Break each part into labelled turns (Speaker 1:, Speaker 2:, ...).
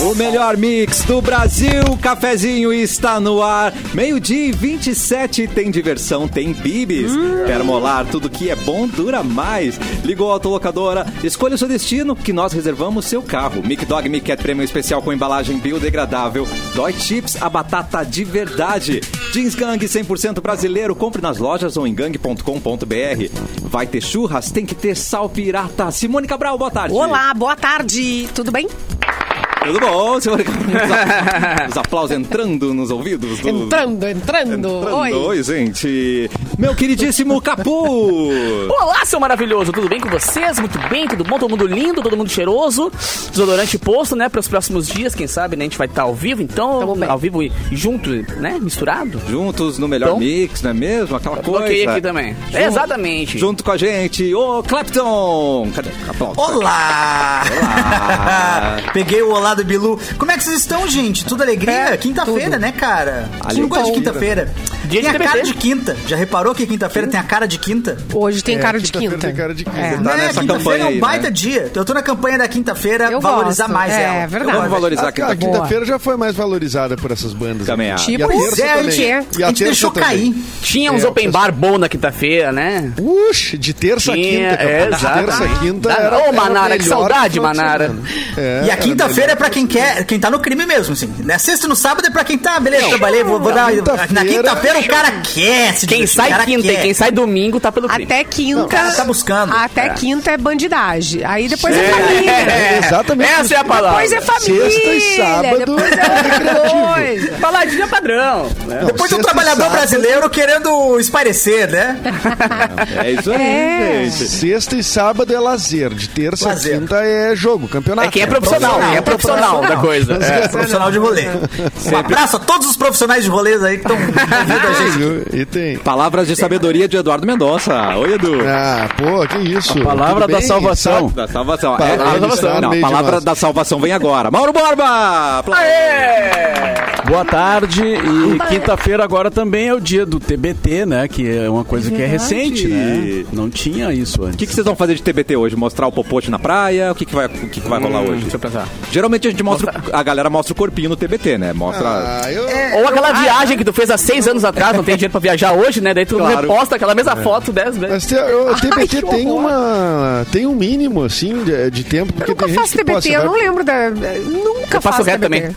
Speaker 1: O melhor mix do Brasil, o cafezinho está no ar. Meio-dia e 27 tem diversão, tem bibis. Termolar, tudo que é bom dura mais. Ligou a autolocadora, escolha o seu destino que nós reservamos seu carro. Mic Dog Mic Cat Premium Especial com embalagem biodegradável. Dói Chips, a batata de verdade. Jeans Gang 100% brasileiro, compre nas lojas ou em gang.com.br. Vai ter churras, tem que ter sal pirata. Simone Cabral, boa tarde.
Speaker 2: Olá, boa tarde. Tudo bem?
Speaker 1: Tudo bom, senhor? Os aplausos entrando nos ouvidos. Do...
Speaker 2: Entrando, entrando.
Speaker 1: Entrando.
Speaker 2: Oi.
Speaker 1: Oi, gente. Meu queridíssimo Capu.
Speaker 3: Olá, seu maravilhoso! Tudo bem com vocês? Muito bem, tudo bom? Todo mundo lindo, todo mundo cheiroso. Desodorante posto, né? Para os próximos dias, quem sabe, né? A gente vai estar ao vivo, então.
Speaker 2: Tamo bem.
Speaker 3: Ao vivo e junto, né? Misturado.
Speaker 1: Juntos no melhor
Speaker 3: Então?
Speaker 1: mix, não é mesmo? Aquela coisa.
Speaker 3: Bloqueei aqui também.
Speaker 1: Junto-
Speaker 3: É, exatamente.
Speaker 1: Junto com a gente, ô Clapton. Cadê? Aplausos.
Speaker 4: Olá!
Speaker 1: Olá.
Speaker 4: Peguei o Olá do Bilu. Como é que vocês estão, gente? Tudo alegria? quinta-feira, né, cara? Quem
Speaker 1: Alegria.
Speaker 4: não gosta de quinta-feira?
Speaker 3: Dia
Speaker 4: Tem
Speaker 3: de
Speaker 4: a cara
Speaker 3: TBT.
Speaker 4: de quinta. Já reparou que quinta-feira tem a cara de quinta?
Speaker 2: Hoje tem cara de
Speaker 5: É, quinta-feira
Speaker 2: quinta.
Speaker 5: tem cara de quinta.
Speaker 2: É.
Speaker 1: Tá
Speaker 4: né?
Speaker 1: nessa campanha
Speaker 4: Quinta-feira é
Speaker 1: aí,
Speaker 4: um baita
Speaker 1: né?
Speaker 4: dia. Eu tô na campanha da quinta-feira,
Speaker 2: Eu
Speaker 4: valorizar
Speaker 2: gosto.
Speaker 4: mais
Speaker 2: É,
Speaker 4: ela.
Speaker 2: verdade.
Speaker 1: Vamos valorizar
Speaker 5: A,
Speaker 1: aqui. tá
Speaker 5: a quinta-feira já foi mais valorizada por essas bandas.
Speaker 1: Também
Speaker 5: né?
Speaker 1: acho.
Speaker 5: E a
Speaker 2: Pois
Speaker 5: terça
Speaker 2: é, a
Speaker 5: também.
Speaker 2: gente é.
Speaker 5: E
Speaker 4: A gente deixou
Speaker 5: terça também.
Speaker 4: cair.
Speaker 3: Tinha uns
Speaker 5: É,
Speaker 3: open
Speaker 5: eu-
Speaker 3: bar bom na quinta-feira, né?
Speaker 5: Ux, de terça a
Speaker 3: Tinha,
Speaker 5: quinta. cara.
Speaker 3: é,
Speaker 5: de terça a
Speaker 3: exato.
Speaker 5: quinta.
Speaker 3: Dá-
Speaker 5: era-
Speaker 3: Ô,
Speaker 5: era
Speaker 3: Manara,
Speaker 5: melhor
Speaker 3: que saudade,
Speaker 5: final de
Speaker 3: Manara.
Speaker 5: semana. É,
Speaker 4: E a
Speaker 5: era
Speaker 4: quinta-feira é
Speaker 5: melhor.
Speaker 4: pra quem quer, quem tá no crime mesmo, assim. Na sexta e no sábado é pra quem tá, beleza, trabalhei, vou, vou dar.
Speaker 5: quinta-feira-
Speaker 4: na quinta-feira o cara quer se
Speaker 3: Quem
Speaker 4: divertir, o
Speaker 3: sai
Speaker 4: cara
Speaker 3: quinta
Speaker 4: quer.
Speaker 3: e quem sai domingo tá pelo crime.
Speaker 2: Até quinta.
Speaker 4: cara tá buscando.
Speaker 2: Até quinta é bandidagem. Aí depois é, família.
Speaker 5: É, exatamente.
Speaker 3: Essa é a palavra.
Speaker 2: Depois é família.
Speaker 5: Sexta e sábado
Speaker 2: Depois é
Speaker 5: é
Speaker 2: outra
Speaker 5: recreativo.
Speaker 2: coisa.
Speaker 3: Paladinha é padrão. né?
Speaker 4: Depois do
Speaker 5: Sexta e
Speaker 4: trabalhador
Speaker 5: sábado-
Speaker 4: brasileiro querendo esparecer, né?
Speaker 1: É isso aí, gente.
Speaker 5: Sexta e sábado é lazer. De terça
Speaker 4: Lazer.
Speaker 5: a quinta é jogo, campeonato.
Speaker 3: É quem é profissional, quem é profissional da coisa. É.
Speaker 4: Profissional de rolê. Um abraço a todos os profissionais de rolês aí que estão
Speaker 3: Ah,
Speaker 4: ouvindo a gente.
Speaker 5: Viu? E tem.
Speaker 1: Palavras de sabedoria de Eduardo Mendonça. Oi, Edu.
Speaker 5: Ah, pô, que isso.
Speaker 3: A palavra
Speaker 5: Tudo
Speaker 3: da
Speaker 5: bem?
Speaker 3: salvação.
Speaker 5: Sabe-
Speaker 1: Da salvação.
Speaker 5: Palavra
Speaker 1: É,
Speaker 5: da
Speaker 1: não,
Speaker 5: salvação.
Speaker 1: Não, a palavra da salvação vem agora. Mauro Borba. Aplausos.
Speaker 6: Boa tarde e quinta-feira agora também é o dia do TBT, né? Que é uma coisa que é recente, né? Não tinha isso
Speaker 1: O que,
Speaker 6: antes.
Speaker 1: que vocês vão fazer de TBT hoje? Mostrar o popote na praia? O que, que vai, o que, que vai rolar
Speaker 2: Hum,
Speaker 1: hoje?
Speaker 3: Deixa eu pensar.
Speaker 1: Geralmente a gente mostra. A galera mostra o corpinho no TBT, né? Mostra.
Speaker 5: Ah, eu...
Speaker 2: É,
Speaker 3: Ou aquela viagem que tu fez há seis anos atrás, não tem dinheiro pra viajar hoje, né? Daí tu
Speaker 1: Claro.
Speaker 3: reposta aquela mesma foto dez vezes.
Speaker 5: Mas tem, o TBT
Speaker 2: Ah, que
Speaker 5: tem
Speaker 2: horror.
Speaker 5: uma. Tem um mínimo, assim, de, de tempo. Porque
Speaker 2: Nunca
Speaker 5: tem
Speaker 2: faço
Speaker 5: gente que, pô,
Speaker 2: TBT,
Speaker 5: você
Speaker 2: eu
Speaker 5: vai-
Speaker 2: não lembro da. Nunca
Speaker 3: Eu faço
Speaker 2: faço
Speaker 3: reto
Speaker 2: TBT.
Speaker 3: também.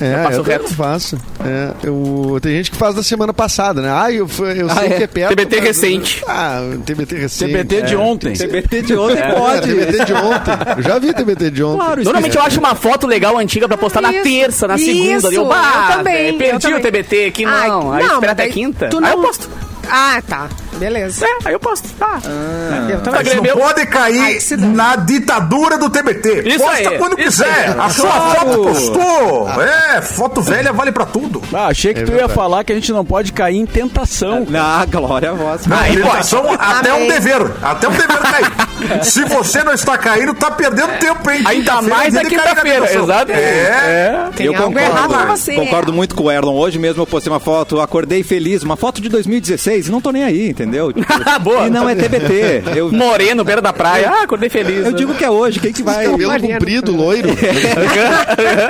Speaker 5: É,
Speaker 3: passo
Speaker 5: eu também
Speaker 3: reto.
Speaker 5: faço. É, eu, tem gente que faz da semana passada, né? Ah, eu, fui- eu sei
Speaker 1: é.
Speaker 5: que é perto.
Speaker 3: TBT
Speaker 5: mas-
Speaker 3: recente.
Speaker 5: Ah, TBT recente.
Speaker 6: TBT de
Speaker 5: é.
Speaker 6: ontem.
Speaker 1: TBT de ontem
Speaker 5: É,
Speaker 1: pode.
Speaker 5: TBT de ontem. Eu já vi TBT de ontem.
Speaker 1: Claro, é
Speaker 3: Normalmente eu acho uma foto legal antiga pra postar na
Speaker 2: Isso,
Speaker 3: terça, na segunda.
Speaker 2: isso,
Speaker 3: ali, eu, bah,
Speaker 2: eu também,
Speaker 3: velho, perdi
Speaker 2: eu
Speaker 3: o
Speaker 2: também.
Speaker 3: TBT aqui,
Speaker 2: Ah,
Speaker 3: não. Aí
Speaker 2: mas
Speaker 3: espera até
Speaker 2: daí
Speaker 3: quinta.
Speaker 2: Tu não...
Speaker 3: Aí eu posto.
Speaker 2: Ah, tá. Beleza.
Speaker 3: É, aí eu posto. Tá.
Speaker 5: Ah.
Speaker 2: Eu
Speaker 3: Tá,
Speaker 2: também.
Speaker 7: Não
Speaker 3: Grêmio?
Speaker 7: pode
Speaker 2: Ai,
Speaker 7: cair
Speaker 2: que se dane.
Speaker 7: na ditadura do TBT.
Speaker 3: Isso
Speaker 7: Posta
Speaker 3: aí,
Speaker 7: quando
Speaker 3: isso
Speaker 7: quiser.
Speaker 3: aí.
Speaker 7: Achou a foto, postou. É, foto velha vale pra tudo.
Speaker 6: Ah, achei que
Speaker 5: É
Speaker 6: tu ia
Speaker 5: verdade.
Speaker 6: falar que a gente não pode cair em tentação.
Speaker 1: Na glória a voz.
Speaker 7: Na alimentação, até
Speaker 2: Amém.
Speaker 7: um dever. Até um dever cair. Se você não está caindo, tá perdendo tempo, hein?
Speaker 3: É. Ainda
Speaker 7: Quinta-feira,
Speaker 3: mais
Speaker 7: dia
Speaker 3: na
Speaker 7: de cair
Speaker 3: quinta-feira.
Speaker 7: alimentação.
Speaker 3: Exato.
Speaker 7: É.
Speaker 2: Tem algo errado com você.
Speaker 1: concordo muito com o Erlon. Hoje mesmo eu postei uma foto, acordei feliz, uma foto de 2016, e não tô nem aí, entendeu? Tipo,
Speaker 3: Boa.
Speaker 1: E não é TBT. Eu,
Speaker 3: Moreno, beira da praia. Ah, acordei feliz.
Speaker 1: eu digo que é hoje, quem que vai?
Speaker 5: Cabelo
Speaker 2: Mariano.
Speaker 5: comprido, loiro.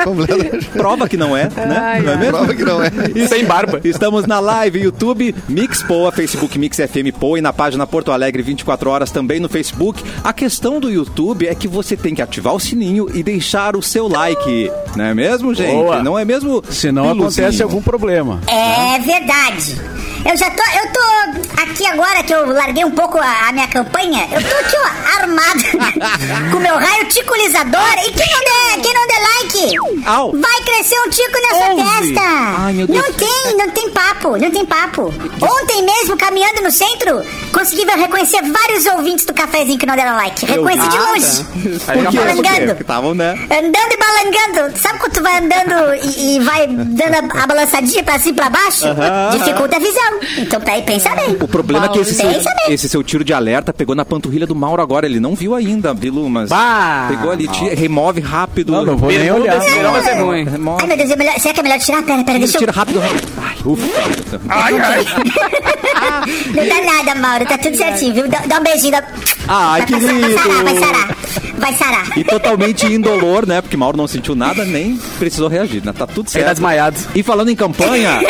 Speaker 5: Completo.
Speaker 1: Prova que não é, né? não é mesmo?
Speaker 5: Prova que não é.
Speaker 3: Sem barba.
Speaker 1: Estamos na live YouTube Mix Poa, Facebook Mix FM Poa e na página Porto Alegre 24 horas também no Facebook. A questão do YouTube é que você tem que ativar o sininho e deixar o seu like, não é mesmo, gente?
Speaker 6: Boa.
Speaker 1: Não é mesmo?
Speaker 6: Senão
Speaker 1: Piluzinho.
Speaker 6: acontece algum problema.
Speaker 8: É
Speaker 1: Né?
Speaker 8: verdade. Eu já tô. Eu tô aqui agora que eu larguei um pouco a, a minha campanha. Eu tô aqui, ó, armada com meu raio ticulizador. E quem não der, quem não der like,
Speaker 1: Au.
Speaker 8: vai crescer um tico nessa testa.
Speaker 1: Ai, meu Deus.
Speaker 8: Não tem, não tem papo, não tem papo. Ontem mesmo, caminhando no centro, consegui reconhecer vários ouvintes do cafezinho que não deram like. Reconheci de longe. Tá
Speaker 1: Por quê? Por quê?
Speaker 8: ligado?
Speaker 1: Porque Estavam, né?
Speaker 8: Andando e balangando. Sabe quando tu vai andando e, e vai dando a, a balançadinha pra cima e pra baixo? Dificulta a visão. Então peraí, pensa bem.
Speaker 1: O problema é que esse seu,
Speaker 8: Pensa bem.
Speaker 1: esse seu tiro de alerta pegou na panturrilha do Mauro agora. Ele não viu ainda, Bilu, mas
Speaker 3: Bah!
Speaker 1: pegou ali, tira- remove rápido.
Speaker 6: Não, não vou nem
Speaker 3: Bermuda
Speaker 6: olhar.
Speaker 3: esse verão é assim, vai ser ruim.
Speaker 8: Ai meu Deus, é melhor, será que é melhor tirar? Pera, pera, deixa eu.
Speaker 1: Tira rápido. rápido. Ai, ufa.
Speaker 8: Não dá nada, Mauro, tá tudo certinho, viu? Dá, dá um beijinho. Dá...
Speaker 1: Ai,
Speaker 8: vai, passar,
Speaker 1: querido.
Speaker 8: vai sarar, vai sarar. vai sarar.
Speaker 1: E totalmente indolor, né? Porque Mauro não sentiu nada, nem precisou reagir. Né? Tá tudo certo.
Speaker 6: tá desmaiado.
Speaker 1: E falando em campanha,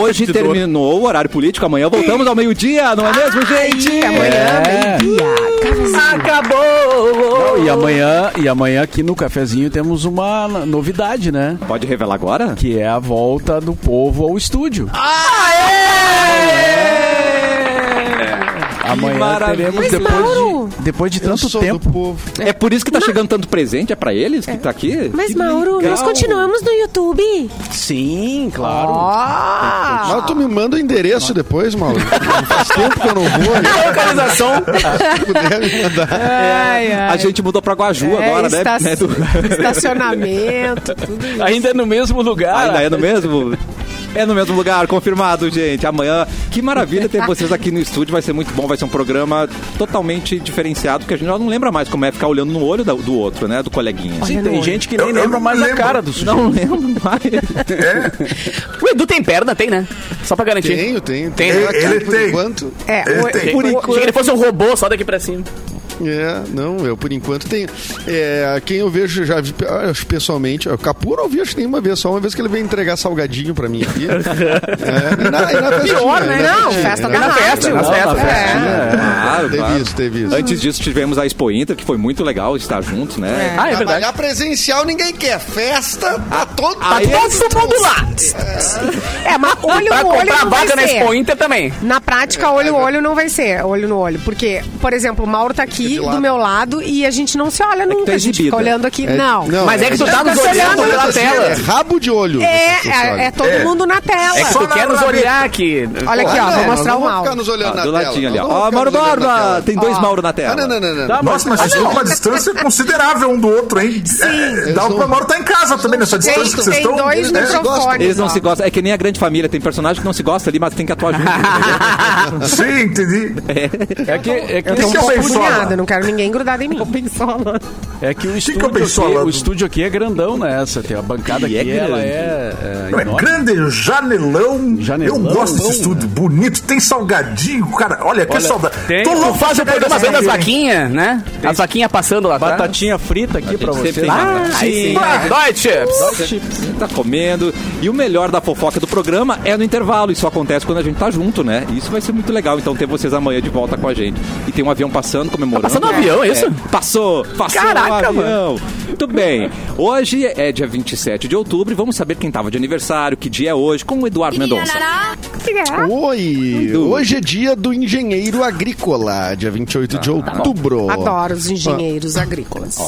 Speaker 1: hoje
Speaker 6: De dor.
Speaker 1: terminou o horário político. Amanhã voltamos ao meio-dia, não é mesmo, gente?
Speaker 2: Amanhã,
Speaker 6: É.
Speaker 2: meio-dia. Cafezinho.
Speaker 3: Acabou!
Speaker 6: E amanhã, e amanhã aqui no cafezinho temos uma novidade, né?
Speaker 1: Pode revelar agora?
Speaker 6: Que é a volta do povo ao estúdio.
Speaker 3: Ah,
Speaker 6: Amanhã
Speaker 1: maravilha.
Speaker 6: teremos
Speaker 2: Mas,
Speaker 6: depois
Speaker 2: Mauro.
Speaker 6: de, depois de
Speaker 5: Eu
Speaker 6: tanto
Speaker 5: sou
Speaker 6: tempo.
Speaker 5: do povo.
Speaker 1: É por isso que tá chegando tanto presente, é pra eles que tá aqui?
Speaker 9: Mas,
Speaker 1: Que
Speaker 9: Mauro,
Speaker 1: legal.
Speaker 9: nós continuamos no YouTube.
Speaker 3: é?
Speaker 6: Sim, claro.
Speaker 2: Ah.
Speaker 5: Mauro, tu me manda o endereço depois, Mauro. Faz tempo que eu não vou. né?
Speaker 6: Localização.
Speaker 5: Se puder me mandar.
Speaker 2: Ai, ai.
Speaker 1: A gente mudou pra Guaju
Speaker 2: É,
Speaker 1: agora, né?
Speaker 2: esta-
Speaker 1: né, Du?
Speaker 2: Estacionamento, tudo isso.
Speaker 6: Ainda é no mesmo lugar.
Speaker 1: Ainda é no mesmo? É no mesmo lugar, confirmado, gente. Amanhã, que maravilha ter vocês aqui no estúdio. Vai ser muito bom, vai ser um programa totalmente diferenciado, porque a gente já não lembra mais como é ficar olhando no olho da- do outro, né? Do coleguinha.
Speaker 6: Sim, tem gente que nem
Speaker 7: Eu- eu
Speaker 6: lembra
Speaker 7: não
Speaker 6: mais a
Speaker 7: lembro.
Speaker 6: cara do sujeito.
Speaker 1: Não lembro mais.
Speaker 3: O Edu tem perna, tem, né? Só pra garantir.
Speaker 5: Tenho, tenho.
Speaker 3: Tem.
Speaker 1: né?
Speaker 5: Tenho aqui,
Speaker 7: Ele
Speaker 5: por
Speaker 7: tem.
Speaker 5: enquanto.
Speaker 2: É,
Speaker 7: Eu
Speaker 2: o-
Speaker 7: tenho.
Speaker 3: Por
Speaker 2: o-
Speaker 3: enquanto. Achei que ele fosse um robô só daqui pra cima.
Speaker 5: É, não, eu por enquanto tenho. É, quem eu vejo já vi- acho pessoalmente, ó, o Capu eu não vi acho nenhuma vez, só uma vez que ele veio entregar salgadinho pra mim aqui. É, e na, e na festinha,
Speaker 2: Pior,
Speaker 5: e
Speaker 2: né?
Speaker 5: na
Speaker 2: Não,
Speaker 5: festinha,
Speaker 2: festa
Speaker 5: e na
Speaker 2: da rádio.
Speaker 6: na festa, na
Speaker 2: É.
Speaker 1: Claro, É
Speaker 5: Teve
Speaker 1: claro.
Speaker 5: isso, teve isso.
Speaker 1: Antes disso, tivemos a Expo Inter, que foi muito legal estar juntos, né?
Speaker 3: Ah, é verdade.
Speaker 5: Trabalhar presencial ninguém quer. Festa, tá todo
Speaker 1: Aí-
Speaker 3: Todo mundo lá.
Speaker 2: É, mas olho
Speaker 3: pra
Speaker 2: no olho
Speaker 3: comprar
Speaker 2: não vai
Speaker 3: vaga na Expo
Speaker 2: ser.
Speaker 3: Inter também.
Speaker 2: Na prática, olho no olho não vai ser, olho no olho. Porque, por exemplo, o Mauro tá aqui
Speaker 5: lado.
Speaker 2: do meu lado e a gente não se olha
Speaker 1: tu
Speaker 2: nunca.
Speaker 1: é
Speaker 2: a gente fica
Speaker 1: exibida.
Speaker 2: olhando aqui. não.
Speaker 3: Mas é que tu tá nos
Speaker 2: tô
Speaker 3: olhando
Speaker 2: olhando
Speaker 3: pela
Speaker 5: assim, É
Speaker 3: tela.
Speaker 5: rabo de olho.
Speaker 2: É,
Speaker 5: você
Speaker 2: é,
Speaker 5: sabe.
Speaker 2: é todo mundo na tela.
Speaker 3: É que tu quer nos olhar aqui.
Speaker 2: Olha aqui,
Speaker 5: Ah,
Speaker 2: ó,
Speaker 5: não,
Speaker 2: vou mostrar
Speaker 5: nós
Speaker 2: o
Speaker 5: não vamos
Speaker 2: Mauro.
Speaker 5: ficar nos olhando
Speaker 1: Ah,
Speaker 5: na
Speaker 1: do
Speaker 5: tela,
Speaker 1: ladinho ali,
Speaker 5: nós
Speaker 1: ó.
Speaker 5: não vamos
Speaker 1: Ó,
Speaker 5: ficar
Speaker 1: Mauro
Speaker 5: nos olhando na
Speaker 1: Barba,
Speaker 5: tela.
Speaker 1: tem dois Mauro na tela.
Speaker 5: Ah, não, não, não, não.
Speaker 3: É,
Speaker 6: Tá,
Speaker 7: Nossa, mas vocês estão com uma distância considerável um do outro, hein? É, dá
Speaker 5: Eles
Speaker 7: pra
Speaker 5: não-
Speaker 7: Mauro tá em casa também nessa distância
Speaker 2: Gente,
Speaker 7: que vocês
Speaker 2: tem
Speaker 7: estão.
Speaker 2: dois
Speaker 7: né?
Speaker 2: microfones.
Speaker 1: Eles não
Speaker 2: ó.
Speaker 1: se gostam. É que nem a grande família. Tem personagem que não se gosta ali, mas tem que atuar junto.
Speaker 7: Sim, entendi.
Speaker 6: É que, é que,
Speaker 2: Eu tô um
Speaker 7: Esse é o
Speaker 2: pouco
Speaker 7: Bensola.
Speaker 2: agoniada, não quero ninguém grudado em mim.
Speaker 6: é que o
Speaker 7: que eu
Speaker 6: estúdio,
Speaker 7: penso,
Speaker 6: aqui,
Speaker 7: Alan?
Speaker 6: o estúdio aqui é grandão, né? Essa, tem a bancada
Speaker 1: E é
Speaker 6: aqui, ela
Speaker 1: grande.
Speaker 6: é, é
Speaker 7: É
Speaker 6: enorme.
Speaker 7: grande, janelão.
Speaker 6: Janelão,
Speaker 7: Eu gosto
Speaker 6: bom,
Speaker 7: desse estúdio. Bonito, tem salgadinho, cara. Olha, que saudade.
Speaker 3: Tem,
Speaker 7: Tô
Speaker 3: tu
Speaker 7: louco
Speaker 3: faz
Speaker 7: pra
Speaker 3: o programa
Speaker 7: chegar
Speaker 3: Tá vendo as
Speaker 7: nesse dia, hein?
Speaker 3: vaquinhas, né? As vaquinhas passando lá atrás.
Speaker 6: Batatinha frita aqui pra Ah,
Speaker 1: sempre tem,
Speaker 6: vocês.
Speaker 1: né?
Speaker 3: Ah, Sim. Dói, chips.
Speaker 1: Você tá comendo. E o melhor da fofoca do programa é no intervalo. Isso acontece quando a gente tá junto, né? Isso vai ser muito legal. Então ter vocês amanhã de volta com a gente. E tem um avião passando, comemorando.
Speaker 3: Tá passando um avião, é isso?
Speaker 1: Passou! Passou
Speaker 3: Caraca,
Speaker 1: o avião! Muito bem. Hoje é dia 27 de outubro e vamos saber quem tava de aniversário, que dia é hoje, com o Eduardo Mendonça.
Speaker 5: Oi! Hoje é dia do engenheiro agrícola, dia 28
Speaker 3: Ah, tá
Speaker 5: de outubro.
Speaker 2: Adoro os engenheiros agrícolas.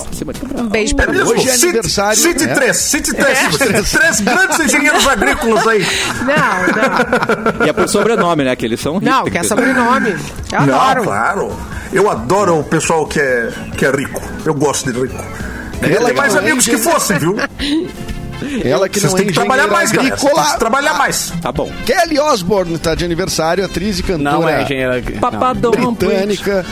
Speaker 2: Um beijo
Speaker 7: É
Speaker 2: pra
Speaker 7: mesmo?
Speaker 5: Hoje é
Speaker 7: Cite-
Speaker 5: aniversário,
Speaker 7: Cite
Speaker 5: né?
Speaker 7: três, cite três. Cite três grandes engenheiros agrícolas aí.
Speaker 2: Não,
Speaker 1: E é por sobrenome, né? Que eles são
Speaker 2: não. Não,
Speaker 1: ricos.
Speaker 2: que é sobrenome. Eu
Speaker 7: Não,
Speaker 2: adoro.
Speaker 7: claro. Eu adoro o pessoal que é, que é rico. Eu gosto de rico. Queria ter
Speaker 5: legal,
Speaker 7: mais
Speaker 5: hein,
Speaker 7: amigos que
Speaker 5: gente?
Speaker 7: fossem, viu?
Speaker 5: Ela que
Speaker 7: Vocês
Speaker 5: não é
Speaker 7: têm que trabalhar
Speaker 5: engenheira
Speaker 7: mais, galera. Vocês têm que
Speaker 5: agrícola.
Speaker 7: trabalhar mais.
Speaker 1: Tá bom.
Speaker 5: Kelly Osbourne está de aniversário, atriz e cantora.
Speaker 3: Não é engenheiro.
Speaker 1: Papadão
Speaker 5: britânica.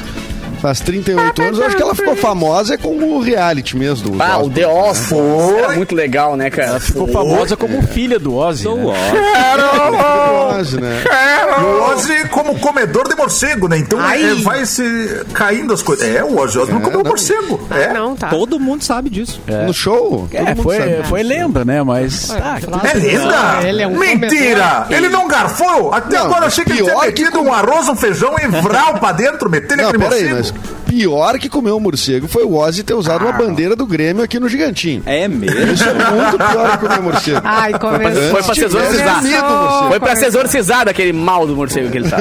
Speaker 5: Faz 38 anos. Eu acho que ela ficou famosa é com o reality mesmo. Do
Speaker 3: Ah, o The Office era muito legal, né, cara?
Speaker 6: Ficou é. famosa como filha do Ozzy.
Speaker 1: Sou
Speaker 6: né?
Speaker 1: ótimo.
Speaker 5: Oz, né?
Speaker 7: E o Ozzy como comedor de morcego, né? Então
Speaker 2: Ai.
Speaker 7: é, vai se caindo as coisas. É, o Ozzy Osbourne comeu morcego. É.
Speaker 2: Não, tá.
Speaker 1: Todo mundo sabe disso.
Speaker 5: No show?
Speaker 6: É, foi, foi lenda, né? Mas. tá,
Speaker 7: É lenda!
Speaker 2: ele é um
Speaker 7: Mentira! Ele não garfou! Até
Speaker 5: Não,
Speaker 7: agora eu achei que ele tinha
Speaker 5: pior que
Speaker 7: metido
Speaker 5: com-
Speaker 7: um arroz, um feijão e vral pra dentro, metendo
Speaker 5: Não,
Speaker 7: aquele
Speaker 5: peraí,
Speaker 7: morcego.
Speaker 5: mas pior que comer um morcego foi o Ozzy ter usado
Speaker 3: Ah.
Speaker 5: uma bandeira do Grêmio aqui no Gigantinho.
Speaker 1: É mesmo?
Speaker 5: Isso é muito pior que comer morcego.
Speaker 3: Ah,
Speaker 2: Ai, é começou.
Speaker 3: Foi pra
Speaker 5: Começou.
Speaker 3: cesar. Foi pra
Speaker 2: Começou.
Speaker 3: exorcizar daquele mal do morcego que ele tá.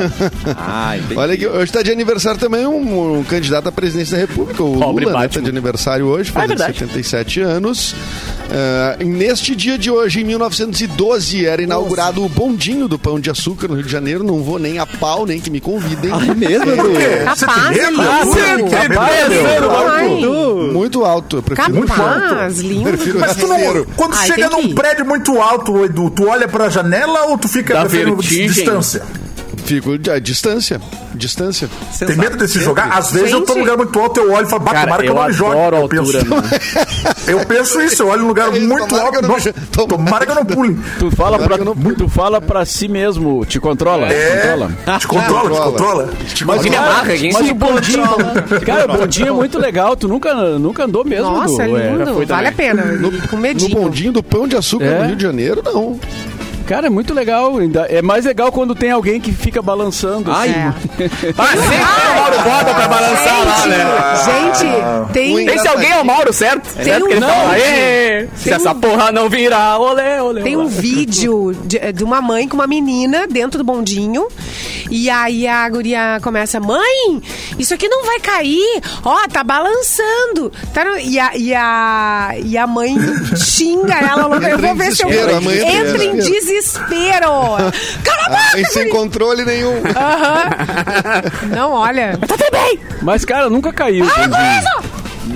Speaker 1: Ah, entendi.
Speaker 5: Olha aqui, hoje está de aniversário também um, um candidato à presidência da República, o
Speaker 3: Pobre
Speaker 5: Lula, está
Speaker 3: Batman.
Speaker 5: de aniversário hoje,
Speaker 3: Ah, é
Speaker 5: fazendo
Speaker 3: verdade.
Speaker 5: 77 anos. Ah, e neste dia de hoje, em 1912, era inaugurado o bondinho do Pão de Açúcar no Rio de Janeiro. Não vou nem a pau, nem que me convidem.
Speaker 1: É mesmo,
Speaker 7: Por
Speaker 1: Edu?
Speaker 7: quê? Você tem
Speaker 2: Capaz,
Speaker 7: medo?
Speaker 2: Edu.
Speaker 7: Você tem
Speaker 2: tá
Speaker 7: medo?
Speaker 5: Muito alto, eu prefiro.
Speaker 2: Capaz, lindo.
Speaker 5: Prefiro
Speaker 7: Mas tu não,
Speaker 5: brasileiro.
Speaker 7: quando
Speaker 2: Ai,
Speaker 7: chega
Speaker 2: tem que
Speaker 7: num
Speaker 2: ir.
Speaker 7: prédio muito alto, Edu, tu olha pra janela ou tu fica
Speaker 3: Dá
Speaker 7: preferindo
Speaker 3: vertigem.
Speaker 7: distância?
Speaker 5: Fico à distância. Distância.
Speaker 7: Tem medo de se jogar? Às vezes eu tô
Speaker 2: Gente.
Speaker 7: num lugar muito alto, eu olho e falo, bate,
Speaker 6: Cara,
Speaker 7: tomara que
Speaker 6: eu
Speaker 7: eu não me jogue.
Speaker 6: adoro a
Speaker 7: eu, penso,
Speaker 6: altura, mano.
Speaker 7: eu penso isso, eu olho num lugar muito
Speaker 5: Tomara que eu
Speaker 7: alto.
Speaker 5: não-
Speaker 7: Nossa,
Speaker 5: tomara
Speaker 7: tomara que eu não pule.
Speaker 6: Tu fala,
Speaker 5: Claro
Speaker 6: pra,
Speaker 5: que eu
Speaker 6: tu fala pra si mesmo, te controla, te
Speaker 7: É,
Speaker 6: controla.
Speaker 7: te controla, te
Speaker 5: Controla.
Speaker 7: controla.
Speaker 5: Te
Speaker 6: Mas,
Speaker 5: controla.
Speaker 6: cara,
Speaker 3: amarra, quem
Speaker 6: mas
Speaker 3: se
Speaker 6: o bondinho, cara, o bondinho é muito legal. Tu nunca, nunca andou mesmo?
Speaker 2: Nossa, é
Speaker 6: Du? É, já
Speaker 2: lindo.
Speaker 6: foi
Speaker 2: vale a
Speaker 6: também.
Speaker 2: pena. E com
Speaker 5: No
Speaker 2: medinho.
Speaker 5: bondinho do Pão de Açúcar
Speaker 6: É.
Speaker 5: no Rio de Janeiro, não.
Speaker 6: Cara, é muito legal. ainda- É mais legal quando tem alguém que fica balançando. assim.
Speaker 1: Ai,
Speaker 2: É.
Speaker 3: Ah, sempre tem o Mauro Borba pra balançar lá, né?
Speaker 2: Gente, tem.
Speaker 3: Tem se alguém é o Mauro, certo? certo que ele
Speaker 2: um-
Speaker 3: fala, "Ê, se
Speaker 2: Tem
Speaker 3: essa
Speaker 2: um-
Speaker 3: porra não virar, olé, olé.
Speaker 2: Tem um
Speaker 3: olé."
Speaker 2: vídeo de, de uma mãe com uma menina dentro do bondinho. E aí a guria começa, mãe, isso aqui não vai cair. Ó, tá balançando. Tá no- e, a, e, a, e a mãe xinga ela. louca. Eu
Speaker 5: Entra
Speaker 2: vou
Speaker 5: em
Speaker 2: ver se eu...
Speaker 5: desespero, a mãe entra em
Speaker 2: Entra em desespero. Cala a boca,
Speaker 5: Aí Ah, sem
Speaker 2: guria.
Speaker 5: controle nenhum.
Speaker 2: Aham. Não, olha. Tá tudo bem.
Speaker 6: Mas, cara, nunca caiu.
Speaker 2: Para
Speaker 6: bondinho.
Speaker 2: com isso.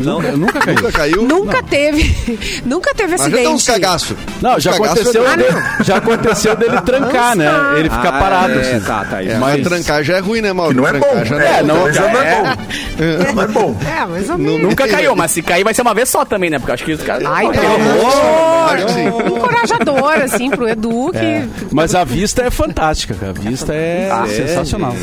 Speaker 1: não.
Speaker 6: Eu nunca caí.
Speaker 5: Nunca caiu.
Speaker 2: Nunca teve. Nunca teve
Speaker 5: Mas já
Speaker 2: acidente.
Speaker 5: deu uns cagaço.
Speaker 6: Não, já
Speaker 5: Uns cagaço
Speaker 6: aconteceu,
Speaker 5: é
Speaker 2: Ah,
Speaker 5: duro.
Speaker 6: dele, já aconteceu dele trancar, né? Ele ficar
Speaker 1: Ah,
Speaker 6: parado.
Speaker 1: É,
Speaker 6: assim.
Speaker 1: tá, tá.
Speaker 5: É,
Speaker 1: isso.
Speaker 5: mas
Speaker 1: Mas-
Speaker 5: trancar já é ruim, né, Mauro?
Speaker 7: Que não é
Speaker 5: Trancar
Speaker 7: bom.
Speaker 5: já
Speaker 7: É,
Speaker 5: bom.
Speaker 7: não
Speaker 3: já é.
Speaker 7: é bom. Não é bom.
Speaker 2: É, mais ou
Speaker 5: Não-
Speaker 2: menos.
Speaker 3: Nunca caiu, mas se cair vai ser uma vez só também, né? Porque eu acho que os caras.
Speaker 2: Ai,
Speaker 3: Pô,
Speaker 2: pelo
Speaker 5: é
Speaker 7: é
Speaker 3: tem-
Speaker 2: amor
Speaker 5: Acho que sim.
Speaker 2: encorajador, assim, pro Edu, que...
Speaker 6: É. Mas a vista é fantástica, cara. A vista é sensacional.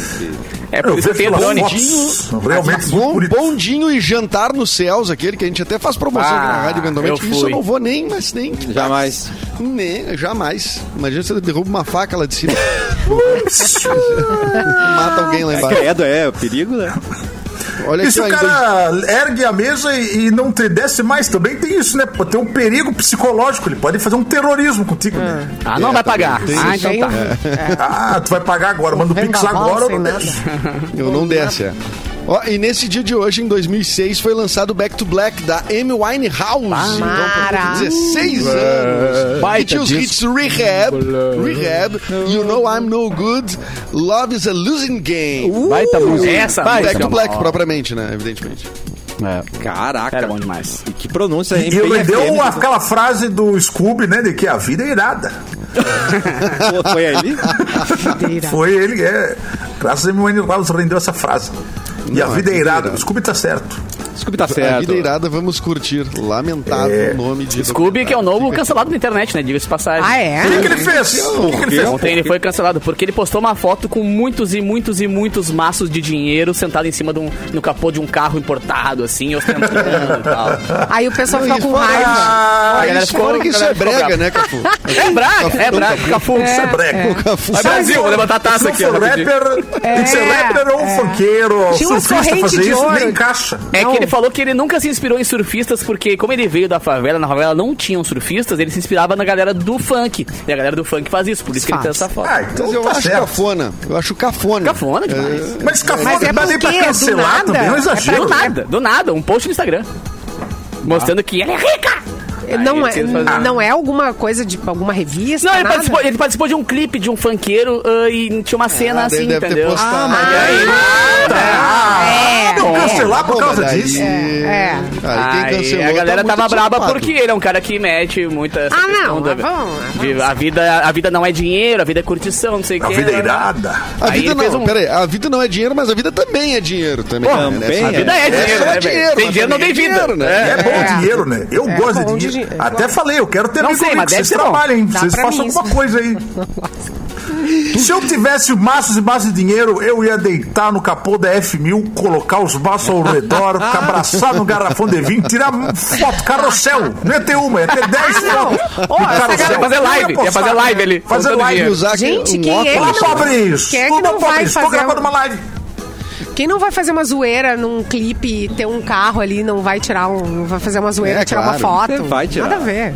Speaker 3: É
Speaker 7: Eu
Speaker 3: por isso que
Speaker 7: vejo
Speaker 3: tem o
Speaker 7: pelas
Speaker 3: drone.
Speaker 7: fotos, Realmente muito
Speaker 5: Bom,
Speaker 7: bonito.
Speaker 5: assim, um bondinho e jantar nos céus, aquele que a gente até faz promoção aqui na
Speaker 3: Ah,
Speaker 5: rádio eventualmente.
Speaker 3: eu
Speaker 5: Isso
Speaker 3: fui.
Speaker 5: eu não vou nem, mas nem.
Speaker 1: Jamais.
Speaker 5: Nem, jamais. Imagina você derruba uma faca lá de cima. Mata alguém lá embaixo.
Speaker 1: Credo, é, o perigo, né?
Speaker 5: Olha
Speaker 7: E
Speaker 5: aqui,
Speaker 7: se É
Speaker 5: ó,
Speaker 7: o
Speaker 5: em dois-
Speaker 7: cara ergue a mesa e, e não te desce mais, também tem isso, né? Pô, Tem um perigo psicológico, ele pode fazer um terrorismo contigo,
Speaker 2: É.
Speaker 7: né?
Speaker 3: Ah, não vai pagar. Ah, então
Speaker 2: tem-
Speaker 3: tá.
Speaker 7: Ah, tu vai pagar agora, manda o Pix
Speaker 2: Vendaval,
Speaker 7: agora ou
Speaker 2: sei
Speaker 7: não
Speaker 2: nada.
Speaker 7: desce?
Speaker 5: Eu não desce, é. Ó, e nesse dia de hohoje, em 2006, foi lançado Back to Black da Amy Winehouse.
Speaker 2: mara.
Speaker 5: então, por 16 anos.
Speaker 6: Baita
Speaker 5: e tinha os hits Rehab, Rehab, You Know I'm No Good, Love is a Losing Game.
Speaker 3: Uh,
Speaker 6: Baita música.
Speaker 3: Essa
Speaker 6: Baita.
Speaker 5: Back to
Speaker 3: música.
Speaker 5: Black, propriamente, né? Evidentemente.
Speaker 6: É.
Speaker 1: Caraca.
Speaker 3: Era bom demais.
Speaker 1: E que pronúncia, hein?
Speaker 7: E ele
Speaker 1: Bem né?
Speaker 7: deu
Speaker 1: FM,
Speaker 7: aquela frase do Scooby, né? De que a vida é irada.
Speaker 1: pô, Foi ali?
Speaker 7: Foi ele, é. Graças a Deus, Wallace rendeu essa frase. E a
Speaker 5: Não,
Speaker 7: vida
Speaker 5: é
Speaker 7: é irada.
Speaker 5: irada.
Speaker 7: O Scooby tá certo.
Speaker 1: Desculpe, tá
Speaker 5: A
Speaker 1: certo.
Speaker 5: vida é irada, vamos curtir. Lamentável
Speaker 7: É.
Speaker 5: nome de.
Speaker 3: Scooby, que é o novo cancelado na internet, né? Diga-se de passagem.
Speaker 2: Ah,
Speaker 7: O que,
Speaker 2: é?
Speaker 7: que ele fez? O que, que ele fez?
Speaker 3: Ontem ele foi cancelado porque ele postou uma foto com muitos e muitos e muitos maços de dinheiro sentado em cima de um, no capô de um carro importado, assim, ostentando e tal.
Speaker 2: Aí o pessoal
Speaker 5: Não,
Speaker 2: fica
Speaker 5: e
Speaker 2: com
Speaker 5: fora-
Speaker 2: raiva.
Speaker 7: Ah,
Speaker 3: A galera
Speaker 5: Isso fora
Speaker 3: ficou-
Speaker 5: que isso
Speaker 3: a
Speaker 5: é
Speaker 3: galera ficou
Speaker 5: brega,
Speaker 3: brava.
Speaker 5: né, Cafu?
Speaker 3: É braga, é braga, Cafu.
Speaker 7: isso é brega.
Speaker 3: Vai Brasil, vou levantar a
Speaker 7: Se
Speaker 3: taça
Speaker 7: não
Speaker 3: aqui.
Speaker 7: for
Speaker 3: ó, rapidinho.
Speaker 7: rapper, tem que ser
Speaker 2: É,
Speaker 7: rapper ou
Speaker 2: é.
Speaker 7: funkeiro, ou
Speaker 2: Tinha umas
Speaker 7: surfista
Speaker 2: correntes
Speaker 7: fazer
Speaker 2: de
Speaker 7: isso,
Speaker 2: ouro.
Speaker 7: nem encaixa.
Speaker 3: É
Speaker 2: Não.
Speaker 3: que ele falou que ele nunca se inspirou em surfistas, porque como ele veio da favela, na favela não tinham surfistas, ele se inspirava na galera do funk. E a galera do funk faz isso, por isso que ele tem essa foto.
Speaker 7: Ah,
Speaker 5: Mas
Speaker 7: então
Speaker 5: eu
Speaker 7: tá
Speaker 5: acho é
Speaker 7: certo.
Speaker 5: cafona. Eu acho cafona.
Speaker 3: Cafona demais.
Speaker 7: Mas cafona
Speaker 2: Mas é
Speaker 7: dá
Speaker 2: porque
Speaker 7: nem pra
Speaker 2: é do
Speaker 7: cancelar
Speaker 2: nada.
Speaker 7: também, é um
Speaker 2: É pra
Speaker 7: exagero.
Speaker 3: Do
Speaker 7: né?
Speaker 3: nada, do nada, um post no Instagram. Mostrando que ela é rica!
Speaker 2: Não
Speaker 3: Aí
Speaker 2: é,
Speaker 3: eles fazem-
Speaker 2: não é alguma coisa de alguma revista,
Speaker 3: Não, ele
Speaker 2: nada?
Speaker 3: participou, ele participou de um clipe de um funkeiro ah, e tinha uma cena
Speaker 5: Ele
Speaker 3: assim,
Speaker 5: deve ter
Speaker 3: entendeu?
Speaker 5: postado.
Speaker 2: Ah, tá.
Speaker 3: tá.
Speaker 7: Ah, não cancelar por
Speaker 5: Pô,
Speaker 7: causa
Speaker 5: mas aí-
Speaker 7: disso.
Speaker 2: É.
Speaker 5: Aí quem
Speaker 3: Aí
Speaker 5: cancelou.
Speaker 3: a galera
Speaker 5: tá
Speaker 3: tava
Speaker 5: muito
Speaker 3: braba
Speaker 5: desocupado.
Speaker 3: porque ele é um cara que mete muita essa
Speaker 2: Ah,
Speaker 3: questão
Speaker 2: não,
Speaker 3: da-
Speaker 2: mas vamos,
Speaker 3: de- a, vida, a vida não é dinheiro, a vida é curtição, não sei o
Speaker 7: A
Speaker 3: que.
Speaker 7: vida é irada.
Speaker 5: A
Speaker 3: Aí
Speaker 5: vida
Speaker 3: ele fez
Speaker 5: não,
Speaker 3: um-
Speaker 5: peraí, a vida não é dinheiro, mas a vida também é dinheiro também.
Speaker 1: Pô,
Speaker 5: né?
Speaker 1: também
Speaker 5: Essa
Speaker 1: é.
Speaker 3: Vida é, dinheiro,
Speaker 5: só
Speaker 3: né, velho? Tem
Speaker 5: mas
Speaker 3: dinheiro, não
Speaker 5: também
Speaker 3: tem
Speaker 5: é
Speaker 3: vida.
Speaker 5: dinheiro, né?
Speaker 7: É, bom
Speaker 2: É.
Speaker 7: dinheiro, né? Eu
Speaker 2: É
Speaker 7: gosto
Speaker 2: bom
Speaker 7: de dinheiro.
Speaker 2: dinheiro.
Speaker 7: Até falei, eu quero ter
Speaker 3: Não
Speaker 7: amigo
Speaker 3: sei,
Speaker 7: comigo,
Speaker 3: mas deve
Speaker 7: vocês
Speaker 3: ser bom.
Speaker 7: trabalhem,
Speaker 2: Dá
Speaker 7: vocês
Speaker 2: pra
Speaker 7: façam
Speaker 2: mim
Speaker 7: alguma
Speaker 2: isso.
Speaker 7: coisa aí. Se eu tivesse maços e maços de dinheiro, eu ia deitar no capô da F1000, colocar os maços ao redor, ficar abraçado no garrafão de vinho, tirar um foto, carrossel. Não ia ter uma, ia ter dez
Speaker 3: Ah,
Speaker 2: Não.
Speaker 7: fotos.
Speaker 2: Ó,
Speaker 7: do
Speaker 2: essa
Speaker 7: carrossel.
Speaker 3: Ia fazer live, ia fazer live ali.
Speaker 7: Fazer
Speaker 3: contando
Speaker 7: live.
Speaker 5: E
Speaker 3: dinheiro.
Speaker 5: usar aqui
Speaker 2: Gente,
Speaker 5: um
Speaker 2: quem é
Speaker 5: óculos.
Speaker 7: Olá,
Speaker 2: que não-
Speaker 7: pobres!
Speaker 2: Quem é que
Speaker 7: Olá,
Speaker 2: não vai
Speaker 7: pobres, Tô
Speaker 2: fazer
Speaker 7: gravando
Speaker 2: um-
Speaker 7: uma live.
Speaker 2: Quem não vai fazer uma zoeira num clipe, ter um carro ali, não vai tirar um. não Vai fazer uma zoeira,
Speaker 5: É,
Speaker 2: tirar uma
Speaker 5: claro.
Speaker 2: foto.
Speaker 1: Vai tirar.
Speaker 2: Nada a ver.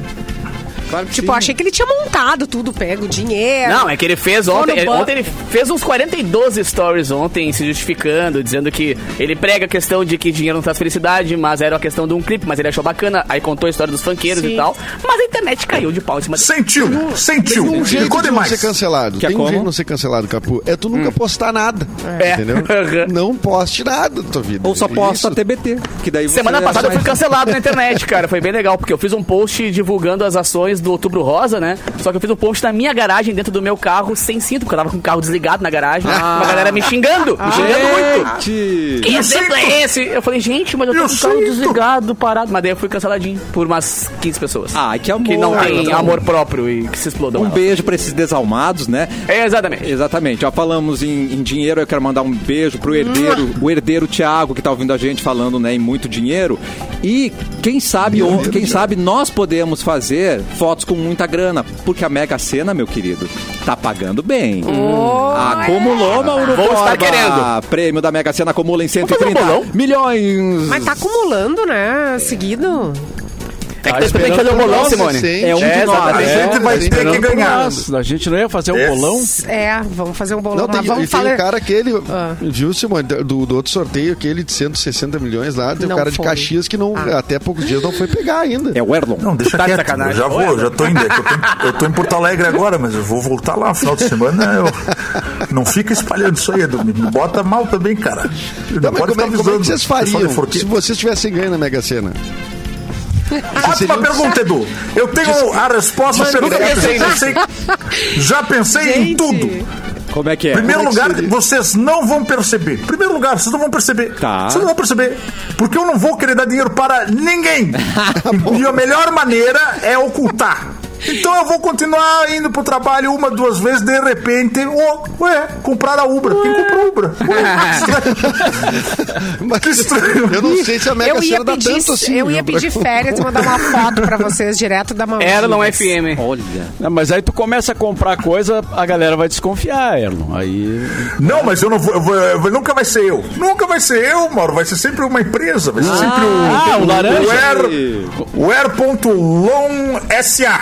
Speaker 1: Claro que
Speaker 2: Tipo,
Speaker 1: sim.
Speaker 2: achei que ele tinha montado tudo, pego o dinheiro.
Speaker 3: Não, é que ele fez
Speaker 2: Vou no
Speaker 3: ontem. ele-
Speaker 2: banco.
Speaker 3: ontem ele fez uns 42 stories ontem se justificando, dizendo que ele prega a questão de que dinheiro não traz felicidade, mas era uma questão de um clipe, mas ele achou bacana. Aí contou a história dos funkeiros
Speaker 2: Sim.
Speaker 3: e tal. Mas a internet caiu de pau em cima dele.
Speaker 7: Sentiu, sentiu.
Speaker 5: Tem um jeito
Speaker 7: Ficou
Speaker 5: de não ser
Speaker 7: demais.
Speaker 5: cancelado.
Speaker 1: Que é
Speaker 5: Tem um
Speaker 1: como?
Speaker 5: jeito de não ser cancelado, Capu. É tu nunca postar nada. Entendeu? não poste nada da tua vida. É
Speaker 1: Ou só posta
Speaker 5: Isso.
Speaker 1: TBT. Que daí você
Speaker 3: Semana passada eu
Speaker 1: sai-
Speaker 3: fui cancelado na internet, cara. Foi bem legal, porque eu fiz um post divulgando as ações do Outubro Rosa, né? Só que eu fiz um post na minha garagem, dentro do meu carro, sem cinto, porque eu tava com o carro desligado na garagem. né,
Speaker 2: Ah.
Speaker 3: Uma galera me xingando, me xingando
Speaker 2: é?
Speaker 3: muito.
Speaker 1: Gente!
Speaker 3: Que exemplo é esse? Eu falei, gente, mas eu tô
Speaker 7: Eu
Speaker 3: com o carro
Speaker 7: sinto.
Speaker 3: desligado, parado. Mas daí eu fui canceladinho por umas 15 pessoas.
Speaker 1: Ai, que amor.
Speaker 3: Ah, Que não
Speaker 1: Ai,
Speaker 3: tem
Speaker 1: tá
Speaker 3: amor próprio e que se explodam.
Speaker 1: Um
Speaker 3: elas.
Speaker 1: beijo pra esses desalmados, né?
Speaker 3: É, exatamente.
Speaker 1: Exatamente. Já falamos em, em dinheiro, eu quero mandar um beijo pro herdeiro, o herdeiro Thiago, que tá ouvindo a gente falando, né, em muito dinheiro. E quem sabe, on- quem sabe nós podemos fazer fotos com muita grana, porque a Mega Sena, meu querido, tá pagando bem. Ah, Acumulou, Mauro
Speaker 3: Vou estar
Speaker 1: Borba.
Speaker 3: querendo.
Speaker 1: Prêmio da Mega Sena acumula em
Speaker 3: fazer um
Speaker 1: 130
Speaker 3: bolão?
Speaker 1: milhões.
Speaker 2: Mas tá acumulando, né? Seguido.
Speaker 3: É que tem que fazer o bolão, Simone.
Speaker 1: É um de nós.
Speaker 7: A
Speaker 1: É,
Speaker 7: gente vai ter que ganhar.
Speaker 6: Nossa, a gente não ia fazer um
Speaker 7: É.
Speaker 6: bolão?
Speaker 2: É, vamos fazer um bolão
Speaker 5: Não,
Speaker 2: lá.
Speaker 5: tem, e
Speaker 2: Vamos
Speaker 5: tem
Speaker 2: falar. Ah.
Speaker 5: o cara aquele, viu, Simone, do, do outro sorteio, aquele de 160 milhões lá, tem
Speaker 2: Não
Speaker 5: um cara
Speaker 2: foi. Ah.
Speaker 5: de Caxias que não, até poucos dias não foi pegar ainda.
Speaker 1: É o Erlon.
Speaker 7: Não, deixa
Speaker 3: Tá de
Speaker 7: quieto.
Speaker 3: sacanagem.
Speaker 7: Eu já vou, eu já tô indo. é que Eu tô, em- eu tô em Porto Alegre agora, mas eu vou voltar lá no final de semana. eu- não fica espalhando isso aí, Edu. Me bota mal também, cara. Não,
Speaker 5: Tá, mas
Speaker 7: pode ficar
Speaker 5: como, é, como é que
Speaker 7: avisando.
Speaker 5: vocês
Speaker 7: Pessoal
Speaker 5: fariam
Speaker 7: de Forquilha.
Speaker 5: se vocês tivessem ganho na Mega Sena? um
Speaker 7: Ótima pergunta, Edu. Eu tenho a resposta
Speaker 5: é
Speaker 7: perfeita. Já pensei, já pensei em
Speaker 2: Gente.
Speaker 7: tudo.
Speaker 1: Como é que é?
Speaker 7: Primeiro lugar, vocês não vão perceber. Primeiro lugar, vocês não vão perceber.
Speaker 1: Tá.
Speaker 7: Vocês não vão perceber. Porque eu não vou querer dar dinheiro para ninguém.
Speaker 1: Tá
Speaker 7: e a melhor maneira é ocultar. Então eu vou continuar indo pro trabalho uma, duas vezes, de repente, oh, ué, comprar a Ubra. Quem comprou a Ubra? Ué, que estranho.
Speaker 5: Eu não sei se a Mega
Speaker 2: Eu ia,
Speaker 5: Sena dá
Speaker 2: pedir,
Speaker 5: tanto assim.
Speaker 2: eu ia
Speaker 5: viu?
Speaker 2: pedir férias e mandar uma foto pra vocês direto da Maldivas.
Speaker 3: Era não é FM.
Speaker 1: Olha.
Speaker 6: Não, mas aí tu começa a comprar coisa, a galera vai desconfiar, Erlon. Aí.
Speaker 7: Não, mas eu não vou, eu vou- eu vou- Nunca vai ser eu. Nunca vai ser eu, Mauro. Vai ser sempre uma empresa. Vai ser sempre o.
Speaker 6: Ah, o laranja.
Speaker 7: O Air.long SA.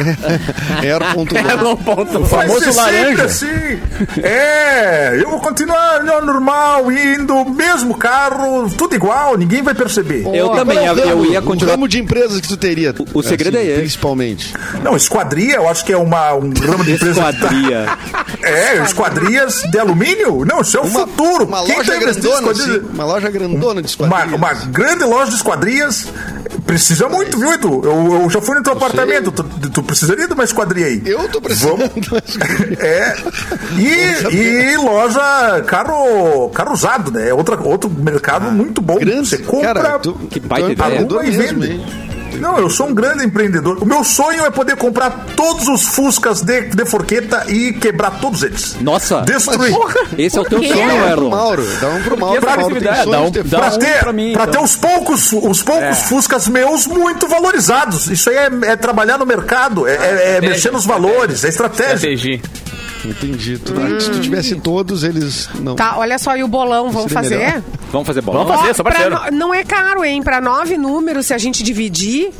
Speaker 5: Era ponto
Speaker 3: É
Speaker 5: bom.
Speaker 3: um ponto.
Speaker 7: O
Speaker 6: famoso laranja.
Speaker 7: é Assim. É, eu vou continuar no normal, indo, mesmo carro, tudo igual, ninguém vai perceber.
Speaker 1: Eu
Speaker 5: Qual
Speaker 1: também,
Speaker 5: é
Speaker 1: eu,
Speaker 5: o
Speaker 1: eu
Speaker 5: ramo-
Speaker 1: ia
Speaker 5: O
Speaker 1: continuar.
Speaker 5: ramo de empresas que tu teria.
Speaker 1: O- o segredo é esse.
Speaker 5: Principalmente.
Speaker 7: Não, esquadria, eu acho que é uma, um ramo de empresa. que tá-
Speaker 1: Esquadria.
Speaker 7: É, esquadrias de alumínio? Não, isso é o futuro.
Speaker 5: Uma
Speaker 7: Quem
Speaker 5: loja
Speaker 7: tá investindo em
Speaker 5: grandona,
Speaker 7: esquadria-
Speaker 5: assim, Uma loja grandona de
Speaker 7: Uma,
Speaker 5: esquadrias.
Speaker 7: uma grande loja de esquadrias. Precisa muito, viu, Edu? Eu, eu já fui no teu apartamento. Tu, tu precisaria de uma esquadria aí.
Speaker 5: Eu tô precisando.
Speaker 7: É. E, e loja carro, carro usado, né? É outra, outro mercado muito bom.
Speaker 5: Ah, Grande.
Speaker 7: Você compra.
Speaker 5: Cara, tu,
Speaker 1: que
Speaker 5: tu
Speaker 1: baita
Speaker 5: é um
Speaker 1: ideia.
Speaker 5: empreendedor
Speaker 7: Arruma e
Speaker 5: mesmo,
Speaker 7: vende.
Speaker 5: hein?
Speaker 7: Não, eu sou um grande empreendedor. O meu sonho é poder comprar todos os Fuscas de, de forqueta e quebrar todos eles.
Speaker 1: Nossa.
Speaker 5: Ah,
Speaker 7: Destruir.
Speaker 1: Esse é o teu
Speaker 5: Dá um
Speaker 1: sonho,
Speaker 5: pro
Speaker 1: Erlon.
Speaker 5: Mauro. Dá um pro Mauro.
Speaker 7: pra
Speaker 5: Mauro tem
Speaker 6: atividade,
Speaker 5: sonho
Speaker 6: dá um-
Speaker 5: de ter
Speaker 6: dá
Speaker 7: Pra
Speaker 6: um
Speaker 7: ter,
Speaker 6: pra mim,
Speaker 7: pra
Speaker 6: então.
Speaker 7: ter os poucos, os poucos
Speaker 2: É.
Speaker 7: Fuscas meus muito valorizados. Isso aí é, é trabalhar no mercado, é, é- é mexer nos valores, é estratégia.
Speaker 3: Entendi.
Speaker 5: Entendi. Tu, Se tu tivesse todos, eles. Não.
Speaker 2: Hum. Tá, olha só, e o bolão, vamos
Speaker 5: Seria
Speaker 2: fazer?
Speaker 5: melhor.
Speaker 1: Vamos fazer bola.
Speaker 3: Vamos fazer, sou
Speaker 2: Ó, pra
Speaker 3: parceiro.
Speaker 2: no- não é caro, hein? Pra nove números, se a gente dividir,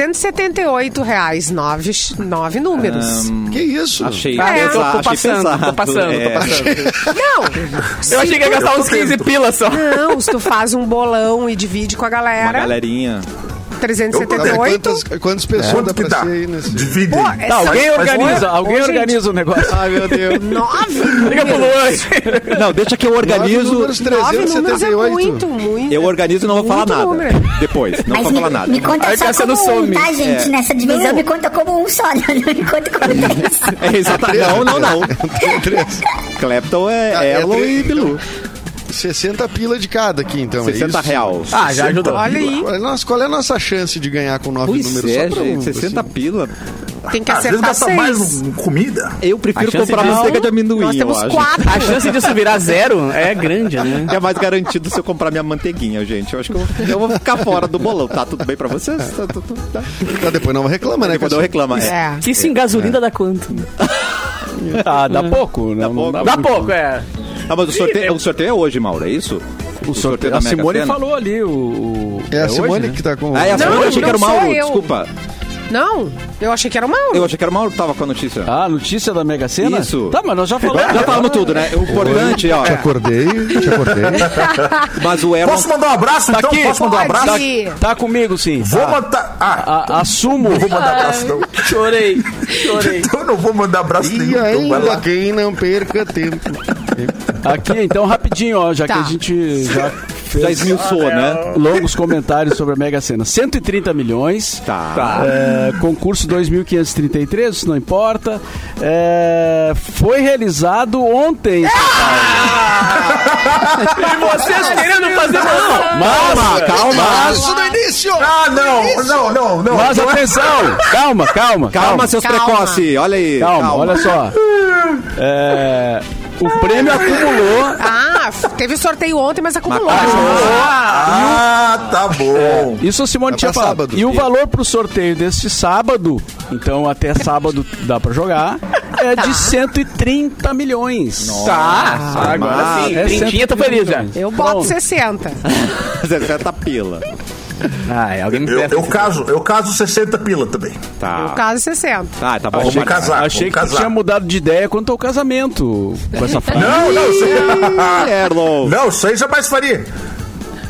Speaker 2: 378 reais. Nove, nove números.
Speaker 5: Que isso?
Speaker 1: Achei.
Speaker 3: Ah, eu tô,
Speaker 1: pesado,
Speaker 3: tô
Speaker 1: achei
Speaker 3: passando, tô
Speaker 1: pesado.
Speaker 3: passando,
Speaker 1: É.
Speaker 3: tô passando.
Speaker 2: Não!
Speaker 3: Eu achei que ia gastar
Speaker 7: tô
Speaker 3: uns 15
Speaker 7: vendo.
Speaker 3: pilas só.
Speaker 2: Não, se tu faz um bolão e divide com a
Speaker 1: Uma
Speaker 2: galera,
Speaker 1: galerinha.
Speaker 7: Eu tô-
Speaker 5: Tá, mas
Speaker 2: 378.
Speaker 5: quantas, quantas pessoas
Speaker 7: Quanto
Speaker 5: dá
Speaker 7: que
Speaker 5: pra
Speaker 7: dá?
Speaker 5: ser aí nesse.
Speaker 7: Divide.
Speaker 2: Pô, é
Speaker 6: Tá,
Speaker 2: só-
Speaker 6: alguém
Speaker 7: mas-
Speaker 6: organiza, alguém
Speaker 2: Ô, gente.
Speaker 6: organiza o negócio.
Speaker 5: Ai, Ah, meu Deus.
Speaker 2: Nove
Speaker 3: Liga pro
Speaker 2: números.
Speaker 3: Luan.
Speaker 1: Não, deixa que eu
Speaker 5: Nove
Speaker 1: organizo.
Speaker 5: números,
Speaker 2: Nove números é muito,
Speaker 5: 378.
Speaker 2: muito.
Speaker 1: Eu organizo e não vou falar
Speaker 2: Muito
Speaker 1: nada.
Speaker 2: número.
Speaker 1: Depois, não
Speaker 8: Mas
Speaker 1: vou
Speaker 8: me,
Speaker 1: falar nada.
Speaker 8: me conta
Speaker 3: Aí
Speaker 8: só
Speaker 3: Cassiano
Speaker 8: como um,
Speaker 3: some.
Speaker 1: É.
Speaker 8: tá, gente? Nessa divisão, me conta como um só. Não, não me conta como um três.
Speaker 1: É, exatamente. Não, não, não. Clapton é
Speaker 5: Ah, é
Speaker 1: Erlon
Speaker 5: três,
Speaker 1: e Bilu.
Speaker 5: 60 pila de cada aqui, então.
Speaker 1: 60
Speaker 5: é isso?
Speaker 1: real.
Speaker 3: Ah, já ajudou.
Speaker 2: Olha aí,
Speaker 5: Qual é, nossa, qual é a nossa chance de ganhar com nove
Speaker 1: Pois
Speaker 5: números?
Speaker 1: é,
Speaker 5: Só pra um,
Speaker 1: gente. 60
Speaker 5: assim.
Speaker 1: pila.
Speaker 2: tem que
Speaker 7: Às vezes
Speaker 2: acertar
Speaker 7: gasta
Speaker 2: tá seis.
Speaker 7: mais um em comida.
Speaker 1: Eu prefiro
Speaker 3: A chance
Speaker 1: comprar
Speaker 3: de-
Speaker 1: manteiga de amendoim,
Speaker 2: Nós temos
Speaker 1: eu acho.
Speaker 2: quatro.
Speaker 3: A chance disso virar zero é grande, né?
Speaker 1: É mais garantido se eu comprar minha manteiguinha, gente. Eu acho que eu, eu vou ficar fora do bolão. Tá tudo bem pra vocês? Tá, tudo- tá.
Speaker 5: Tá, depois não reclama, né?
Speaker 1: Depois eu
Speaker 5: Cassiano?
Speaker 1: reclamo. É.
Speaker 2: É.
Speaker 3: Que isso em gasolina dá quanto?
Speaker 6: Ah, dá pouco, né? Não
Speaker 1: pouco.
Speaker 3: Dá
Speaker 6: muito.
Speaker 3: pouco, é.
Speaker 1: Ah, mas o sorteio, o sorteio é hoje, Mauro, é isso?
Speaker 6: O sorteio da
Speaker 1: Mega
Speaker 6: Simone
Speaker 1: Sena?
Speaker 6: falou ali o. o-
Speaker 5: É a Simone
Speaker 6: hoje, né?
Speaker 5: que tá com.
Speaker 1: Ah, é a
Speaker 2: Não,
Speaker 1: Simone? Eu achei que era o
Speaker 2: não sou
Speaker 1: Mauro,
Speaker 2: eu.
Speaker 1: desculpa.
Speaker 2: Não, eu achei que era o Mauro.
Speaker 1: Eu achei que era o Mauro que tava com a notícia.
Speaker 6: Ah, a notícia da Mega Sena?
Speaker 1: Isso.
Speaker 6: Tá, mas nós já falamos.
Speaker 1: Já falamos tudo, né? O importante, ó.
Speaker 5: Te acordei, te acordei.
Speaker 1: Mas o Erlon.
Speaker 7: Posso mandar um abraço, então?
Speaker 6: aqui.
Speaker 7: Posso mandar um abraço?
Speaker 2: Pode.
Speaker 6: Tá comigo, sim.
Speaker 7: Vou
Speaker 6: Tá.
Speaker 7: mandar... Ah,
Speaker 6: A- assumo.
Speaker 7: não vou mandar abraço, não. Então
Speaker 3: Chorei, chorei.
Speaker 7: Eu não vou mandar abraço
Speaker 5: E
Speaker 7: nenhum. então vai
Speaker 5: ainda
Speaker 7: lá.
Speaker 5: quem não perca tempo.
Speaker 6: Aqui, então, rapidinho, ó, já
Speaker 2: Tá.
Speaker 6: que a gente já
Speaker 1: Já esmiuçou, né?
Speaker 6: Longos comentários sobre a Mega Sena. 130 milhões.
Speaker 1: Tá.
Speaker 6: É, concurso 2.533, isso não importa. É, foi realizado ontem.
Speaker 3: E vocês querendo fazer uma...
Speaker 1: Calma, calma.
Speaker 5: Isso no início!
Speaker 7: Ah, não, não, não, não.
Speaker 1: Ah,
Speaker 6: Mas
Speaker 7: Não é-
Speaker 6: atenção! Calma, calma,
Speaker 1: Calma, seus
Speaker 2: Calma.
Speaker 1: precoce. Olha aí.
Speaker 6: Calma, olha só. É, o prêmio acumulou.
Speaker 2: Ah, f- teve sorteio ontem, mas acumulou.
Speaker 7: Ah, tá bom.
Speaker 6: Isso a Simone
Speaker 5: É
Speaker 6: tinha
Speaker 5: pra
Speaker 6: falado.
Speaker 5: sábado.
Speaker 6: E o valor pro sorteio deste sábado, então até sábado dá pra jogar, é de 130 milhões.
Speaker 2: Ah,
Speaker 3: Tá, agora sim.
Speaker 6: É
Speaker 3: Trintinha, tô feliz já.
Speaker 6: 130 milhões.
Speaker 2: Eu boto
Speaker 6: Pronto.
Speaker 2: 60.
Speaker 1: Zezeta tá pila.
Speaker 6: Ah,
Speaker 3: Ai,
Speaker 6: é,
Speaker 3: alguém me
Speaker 7: Eu,
Speaker 3: presta.
Speaker 7: eu caso, eu caso 60 pila também.
Speaker 2: No
Speaker 1: Tá.
Speaker 2: caso, 60.
Speaker 1: Tá, tá bom.
Speaker 7: Vamos
Speaker 1: Marcos.
Speaker 7: casar,
Speaker 6: Achei
Speaker 7: vamos
Speaker 6: que tu
Speaker 7: casar.
Speaker 6: tinha mudado de ideia quanto ao casamento com essa frase.
Speaker 7: Não, não, isso
Speaker 6: Ah.
Speaker 1: Ih, Erlon.
Speaker 7: Não, isso aí jamais faria.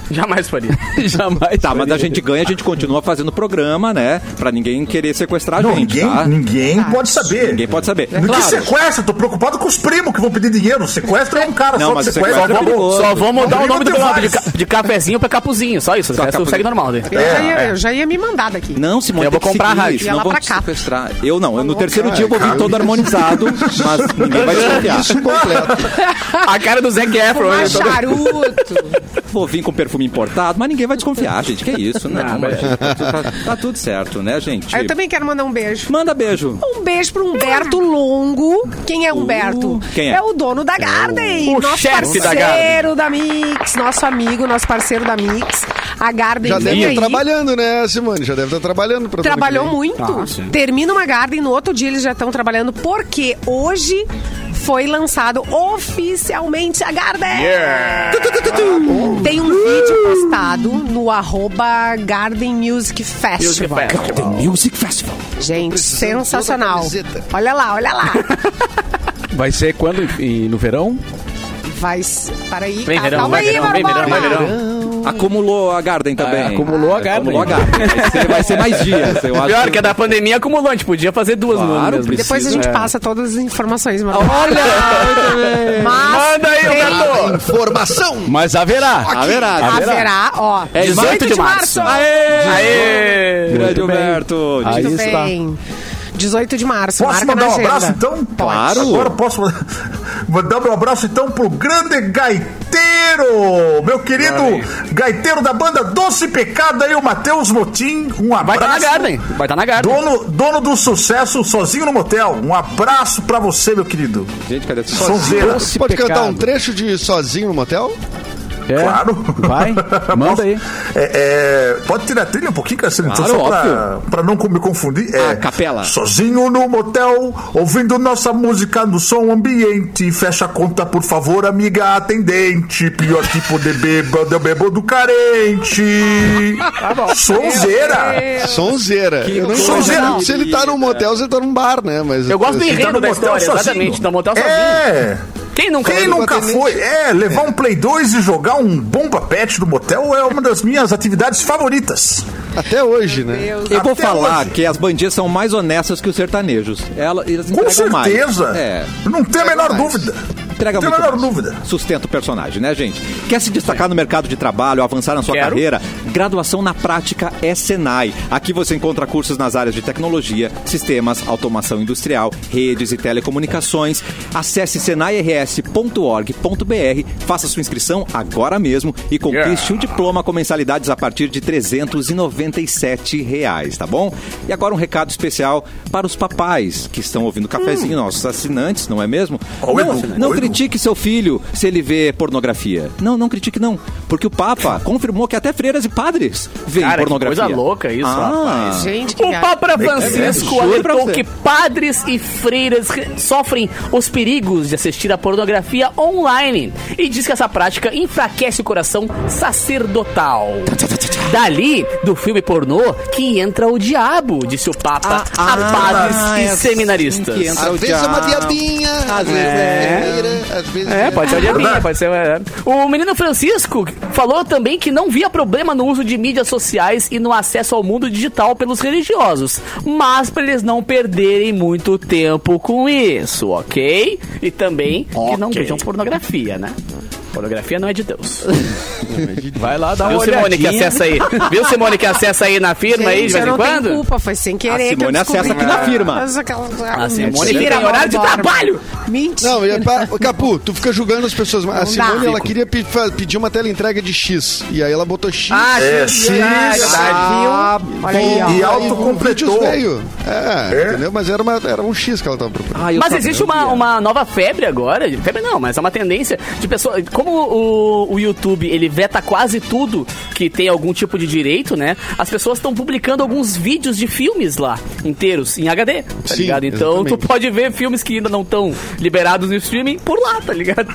Speaker 3: Jamais faria.
Speaker 6: Jamais.
Speaker 1: Tá, mas
Speaker 6: faria.
Speaker 1: a gente ganha, a gente continua fazendo programa, né? Pra ninguém querer sequestrar a
Speaker 7: Não,
Speaker 1: gente,
Speaker 7: ninguém,
Speaker 1: tá?
Speaker 7: ninguém pode saber.
Speaker 1: Ninguém pode saber.
Speaker 7: No que sequestra? Tô preocupado com os primos que vão pedir dinheiro. Sequestra é um cara
Speaker 1: Não,
Speaker 7: só que
Speaker 1: mas
Speaker 7: sequestra.
Speaker 1: sequestra é perigoso.
Speaker 3: Só vou mudar o nome do
Speaker 7: Rodrigo
Speaker 3: bloco de,
Speaker 7: Tavares.
Speaker 3: ca- de cafezinho pra capuzinho, só isso. O
Speaker 1: Só
Speaker 3: resto
Speaker 1: capuzinho.
Speaker 3: segue normal, né?
Speaker 2: Eu,
Speaker 7: É,
Speaker 2: já ia,
Speaker 7: é.
Speaker 2: eu já ia me mandar daqui.
Speaker 1: Não, Simone,
Speaker 3: Eu
Speaker 1: tem
Speaker 3: vou
Speaker 1: que
Speaker 3: comprar
Speaker 1: seguir
Speaker 3: a rádio.
Speaker 1: isso,
Speaker 2: E
Speaker 1: Não
Speaker 2: ela
Speaker 1: vão
Speaker 2: pra
Speaker 1: te
Speaker 2: cá.
Speaker 1: sequestrar. Eu não, eu no terceiro
Speaker 5: cara,
Speaker 1: dia eu vou vir
Speaker 5: cara.
Speaker 1: todo harmonizado, mas ninguém vai desconfiar.
Speaker 5: Isso completo.
Speaker 3: A cara do Zac Efron.
Speaker 2: Fumar
Speaker 3: né? Todo-
Speaker 2: charuto.
Speaker 3: Tipo.
Speaker 1: Vou vir com perfume importado, mas ninguém vai desconfiar, gente. Que isso, né? Não, mas tá, tá tudo certo, né, gente?
Speaker 2: Aí eu também quero mandar um beijo.
Speaker 1: Manda beijo.
Speaker 2: Um beijo pro Humberto Longo. Quem é Humberto?
Speaker 1: quem é?
Speaker 2: o dono da Garden.
Speaker 3: Uh, o
Speaker 2: nosso
Speaker 3: chefe
Speaker 2: parceiro
Speaker 3: da
Speaker 2: da,
Speaker 3: Garden.
Speaker 2: Mix. Nosso amigo, nosso parceiro da Mix. A Garden
Speaker 5: Já
Speaker 2: vem
Speaker 5: deve estar
Speaker 2: aí.
Speaker 5: trabalhando, né, Ah, Simone? Já deve estar trabalhando pra
Speaker 2: Trabalhou
Speaker 5: muito.
Speaker 2: muito. Termina uma Garden, no outro dia eles já estão trabalhando, porque hoje foi lançado oficialmente a Garden! Tu, tu, tu, tu, tu. Tem um vídeo postado no arroba Garden Music
Speaker 3: Music
Speaker 2: Festival.
Speaker 3: Festival.
Speaker 1: Music Festival.
Speaker 2: Gente, sensacional.
Speaker 5: de outra camiseta.
Speaker 2: Olha lá, olha lá.
Speaker 6: Vai ser quando? Em- no verão?
Speaker 2: Vai. s- Para aí.
Speaker 3: Vem
Speaker 2: Ah,
Speaker 3: verão,
Speaker 2: calma
Speaker 3: vai
Speaker 2: aí,
Speaker 3: verão, vem
Speaker 2: Bárbara.
Speaker 3: verão, vai verão.
Speaker 1: Acumulou a Garden também.
Speaker 6: Ah, acumulou a Garden.
Speaker 1: É, Acumulou a Garden. Vai ser, vai ser mais dias, eu acho.
Speaker 3: Pior que a da pandemia acumulou, a gente podia fazer duas no ano
Speaker 1: Claro,
Speaker 3: mesmo.
Speaker 1: precisa.
Speaker 2: Depois a gente
Speaker 1: É.
Speaker 2: passa todas as informações, Bárbara.
Speaker 1: Olha!
Speaker 2: Mas
Speaker 3: Manda aí, Humberto!
Speaker 5: Informação!
Speaker 6: Mas haverá.
Speaker 1: Haverá.
Speaker 2: haverá, ó.
Speaker 1: É
Speaker 3: 18 de março. Aê!
Speaker 1: Grande
Speaker 6: Muito bem.
Speaker 1: Humberto.
Speaker 6: Aí
Speaker 2: Muito
Speaker 6: está.
Speaker 2: bem. 18 de março. marca
Speaker 7: Posso mandar
Speaker 2: na
Speaker 7: um
Speaker 2: agenda.
Speaker 7: abraço então?
Speaker 1: Claro.
Speaker 7: Agora posso mandar- mandar meu abraço então pro grande gaiteiro, meu querido gaiteiro da banda Doce Pecado aí, o Matheus Motim. Um
Speaker 3: Vai
Speaker 7: abraço.
Speaker 3: estar na Garden, vai estar na Garden.
Speaker 7: Dono, dono do sucesso, sozinho no motel. Um abraço pra você, meu querido.
Speaker 1: Gente, cadê?
Speaker 7: Sonzeira.
Speaker 6: Doce
Speaker 5: Pode cantar
Speaker 6: pecado.
Speaker 5: um trecho de Sozinho no Motel?
Speaker 6: É.
Speaker 7: Claro.
Speaker 6: Vai, manda aí.
Speaker 7: É, é, pode tirar a trilha um pouquinho, Cassino?
Speaker 1: Claro,
Speaker 7: só pra,
Speaker 1: óbvio.
Speaker 7: pra não me confundir. É,
Speaker 1: Ah, capela.
Speaker 7: Sozinho no motel, ouvindo nossa música no som ambiente. Fecha a conta, por favor, amiga atendente. Pior tipo de bêbado, eu bebo do carente.
Speaker 3: Tá
Speaker 7: Sonzeira.
Speaker 5: Sonzeira. Eu não
Speaker 7: Sonzeira.
Speaker 5: sei se ele tá num motel, se ele tá num bar, né? Mas
Speaker 3: Eu gosto do
Speaker 7: Tá
Speaker 3: enredo
Speaker 7: no
Speaker 3: da
Speaker 7: motel
Speaker 3: história,
Speaker 7: sozinho.
Speaker 3: exatamente. Tá no motel sozinho.
Speaker 7: É.
Speaker 3: Quem nunca
Speaker 7: Quem
Speaker 3: vai no
Speaker 7: nunca
Speaker 3: motel?
Speaker 7: foi? É, levar um Play 2 e jogar um bomba pet no motel é uma das minhas atividades favoritas.
Speaker 5: Até hoje, né?
Speaker 1: Eu vou
Speaker 7: Até
Speaker 1: falar
Speaker 7: hoje.
Speaker 1: que as bandias são mais honestas que os sertanejos. Ela, eles
Speaker 7: Com
Speaker 1: entregam mais.
Speaker 7: certeza.
Speaker 1: É.
Speaker 7: Não tem a menor
Speaker 5: mais.
Speaker 7: dúvida.
Speaker 1: Entrega
Speaker 7: Não tem a
Speaker 1: muito
Speaker 7: menor
Speaker 1: mais.
Speaker 7: dúvida.
Speaker 1: Sustenta o personagem, né, gente? Quer se destacar no mercado de trabalho, avançar na sua
Speaker 3: Quero.
Speaker 1: carreira? Graduação na prática é Senai. Aqui você encontra cursos nas áreas de tecnologia, sistemas, automação industrial, redes e telecomunicações. Acesse senairs.org.br, faça sua inscrição agora mesmo e conquiste um diploma com mensalidades a partir de R$ 397 reais, tá bom? E agora um recado especial para os papais que estão ouvindo o
Speaker 7: Hum.
Speaker 1: cafezinho, nossos assinantes, não é mesmo?
Speaker 7: Ô,
Speaker 1: não,
Speaker 7: Edu,
Speaker 1: não
Speaker 7: ô, Edu.
Speaker 1: critique seu filho se ele vê pornografia. Não, não critique não, porque o Papa confirmou que até freiras e padres veem
Speaker 3: Cara, que
Speaker 1: pornografia.
Speaker 3: coisa louca isso,
Speaker 1: ah,
Speaker 3: rapaz.
Speaker 2: Gente, que
Speaker 3: O
Speaker 2: gato.
Speaker 3: Papa
Speaker 1: É, é,
Speaker 3: Francisco
Speaker 1: juro pra
Speaker 3: alertou
Speaker 1: você.
Speaker 3: que padres e freiras re- sofrem os perigos de assistir a pornografia online e diz que essa prática enfraquece o coração sacerdotal. Dali, do filme pornô, que entra o diabo, disse o Papa
Speaker 1: Ah,
Speaker 3: a padres
Speaker 1: ah,
Speaker 3: e
Speaker 1: é assim
Speaker 3: seminaristas.
Speaker 1: que entra.
Speaker 5: Às vezes é uma diabinha, às vezes é freira, às vezes
Speaker 3: É, pode ser de mim, pode ser. é. O menino Francisco falou também que não via problema no uso de mídias sociais e no acesso ao mundo digital pelos religiosos, mas para eles não perderem muito tempo com isso, ok? E também que não vejam pornografia, né? Pornografia não é de Deus.
Speaker 6: Vai lá, dá
Speaker 3: Viu,
Speaker 6: uma
Speaker 3: Simone, que
Speaker 6: olhadinha.
Speaker 3: acessa aí. Viu, Simone, que acessa aí na firma aí de
Speaker 2: Gente,
Speaker 3: vez
Speaker 2: eu
Speaker 3: em
Speaker 2: não tenho
Speaker 3: quando? é
Speaker 2: culpa, foi sem querer.
Speaker 1: A Simone
Speaker 2: que eu descobri.
Speaker 1: acessa aqui na firma.
Speaker 2: Mas aquela-
Speaker 3: A Simone
Speaker 2: Mentira,
Speaker 3: tem horário de
Speaker 2: vamos embora.
Speaker 3: trabalho.
Speaker 2: Mentira.
Speaker 5: Não, e pa- Ô, Capu, tu fica julgando as pessoas. mas
Speaker 2: Não
Speaker 5: A
Speaker 2: dá.
Speaker 5: Simone, ela
Speaker 3: Fico.
Speaker 5: queria pe- fa- pedir uma tela entrega de X. E aí ela botou X.
Speaker 3: Ah,
Speaker 7: É,
Speaker 3: sim.
Speaker 7: sim.
Speaker 2: Ah, viu? Olha aí, ó.
Speaker 7: E
Speaker 5: autocompletou.
Speaker 7: autocompletou.
Speaker 5: É, entendeu? Mas era, uma, era um X que ela tava procurando.
Speaker 1: Ai, Ah, eu
Speaker 3: Mas
Speaker 1: só-
Speaker 3: existe uma, uma nova febre agora, febre não, mas é uma tendência de pessoas, como o, o YouTube, ele veta quase tudo que tem algum tipo de direito, né? As pessoas estão publicando alguns vídeos de filmes lá, inteiros, em HD, tá
Speaker 5: Sim,
Speaker 3: ligado? Então tu
Speaker 5: exatamente.
Speaker 3: pode ver filmes que ainda não estão liberados no streaming por lá, tá ligado?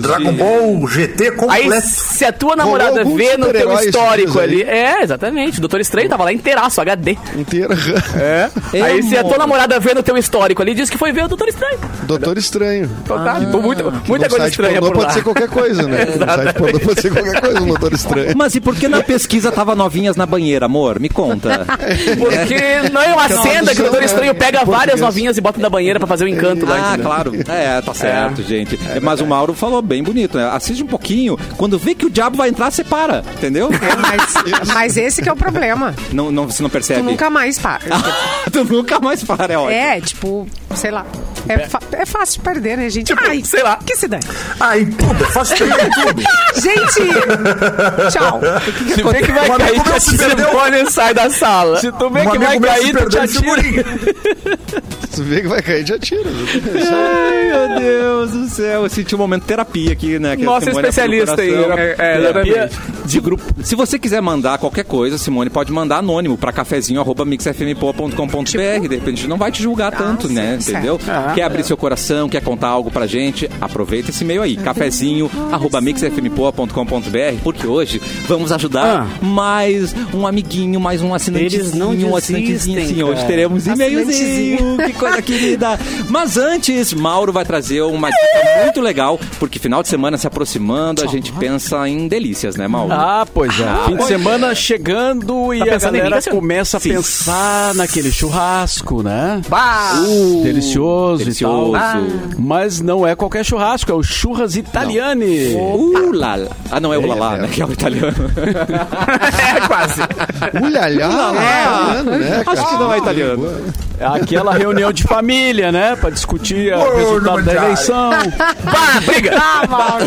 Speaker 7: Dragon Ball GT
Speaker 3: Aí
Speaker 7: completo.
Speaker 3: se a tua namorada
Speaker 5: algum
Speaker 3: vê no teu
Speaker 5: super-herói esses
Speaker 3: histórico
Speaker 5: dias aí.
Speaker 3: ali, é, exatamente, o Doutor Estranho tava lá inteiraço, HD.
Speaker 5: Inteira.
Speaker 3: É? Aí se a tua
Speaker 1: amor.
Speaker 3: namorada vê no teu histórico ali, diz que foi ver o Doutor Estranho.
Speaker 5: Doutor Estranho.
Speaker 3: Então
Speaker 6: Ah,
Speaker 3: tá, então muita, muita
Speaker 5: No
Speaker 3: coisa
Speaker 5: site
Speaker 3: estranha
Speaker 5: pornô
Speaker 3: por lá.
Speaker 5: pode ser qualquer coisa, né? No site pornô pode ser qualquer coisa, um doutor estranho.
Speaker 1: Mas e por que na pesquisa tava novinhas na banheira, amor? Me conta.
Speaker 3: Porque não é uma
Speaker 5: tradução,
Speaker 3: cena que o Doutor
Speaker 5: né,
Speaker 3: Estranho pega
Speaker 5: em
Speaker 3: várias
Speaker 5: português.
Speaker 3: novinhas e bota na banheira pra fazer o encanto lá.
Speaker 1: Ah,
Speaker 2: né?
Speaker 3: entendeu?
Speaker 1: claro. É, tá certo, gente. Mas o Mauro falou bem bonito, né? Assiste um pouquinho. Quando vê que o diabo vai entrar, você para, entendeu?
Speaker 2: É, mas, mas esse que é o problema.
Speaker 1: Não, não, você não
Speaker 2: Tu
Speaker 3: É
Speaker 1: percebe. Ah,
Speaker 2: nunca mais para.
Speaker 1: tu nunca mais para, é ótimo.
Speaker 2: É, tipo, sei lá. É, fa- é fácil de perder, né, gente? Ai,
Speaker 3: sei lá.
Speaker 2: Que se dane.
Speaker 7: Aí tudo, é faz perder tudo.
Speaker 2: Gente, tchau.
Speaker 6: Se vê que vai
Speaker 7: Mano,
Speaker 6: cair, te
Speaker 7: como eu se
Speaker 6: atira-
Speaker 7: perdeu?
Speaker 3: Olha, sai da sala.
Speaker 6: se tu vê
Speaker 7: Um
Speaker 6: que vai
Speaker 7: amigo meu se
Speaker 6: cair, tu te
Speaker 7: perdeu em
Speaker 6: atira.
Speaker 7: figurinha.
Speaker 5: Tu vê que vai cair, já tira.
Speaker 1: Ai, meu Deus do céu. Eu senti um momento terapia aqui, né? Que a
Speaker 3: Nossa
Speaker 1: Simone abriu o
Speaker 3: especialista aí.
Speaker 1: coração.
Speaker 3: É, é,
Speaker 6: Terapia
Speaker 3: exatamente.
Speaker 6: de grupo.
Speaker 1: Se você quiser mandar qualquer coisa, Simone, pode mandar anônimo pra cafezinho.mixfmpoa.com.br. De repente a gente não vai te julgar
Speaker 3: Ah,
Speaker 1: tanto, né?
Speaker 2: sim,
Speaker 1: Entendeu? Quer abrir
Speaker 3: é.
Speaker 1: seu coração, quer contar algo pra gente? Aproveita esse e-mail aí, cafezinho.mixfmpoa.com.br, porque hoje vamos ajudar mais um amiguinho, mais um assinantezinho.
Speaker 3: Ah. Eles não
Speaker 1: um assinantezinho,
Speaker 3: desistem,
Speaker 1: sim. Hoje
Speaker 3: cara.
Speaker 1: teremos e-mailzinho.
Speaker 2: Assinantezinho.
Speaker 1: Que coisa querida. Mas antes, Mauro vai trazer uma dica muito legal, porque final de semana se aproximando, a gente pensa em delícias, né, Mauro?
Speaker 6: Ah, pois é. Fim de
Speaker 1: pois
Speaker 6: semana chegando e a
Speaker 3: Tá pensando em mim,
Speaker 6: galera
Speaker 3: Cassiano?
Speaker 6: começa a
Speaker 3: Sim.
Speaker 6: pensar naquele churrasco, né?
Speaker 3: Bah!
Speaker 6: delicioso,
Speaker 1: Delicioso.
Speaker 6: e tal. Mas não é qualquer churrasco, é o Churras Italiani.
Speaker 1: Uh, lá, lá. Ah, não, é o Lalá, né? Que é o italiano.
Speaker 3: é, quase.
Speaker 5: Ulalhá, é, né?
Speaker 1: Acho que não é
Speaker 5: cara?
Speaker 1: italiano.
Speaker 6: É Aquela reunião de família, né? Pra discutir a- o
Speaker 7: Ô,
Speaker 6: resultado
Speaker 7: Normandade.
Speaker 6: da eleição.
Speaker 3: Bah, briga! Ah, Mauro,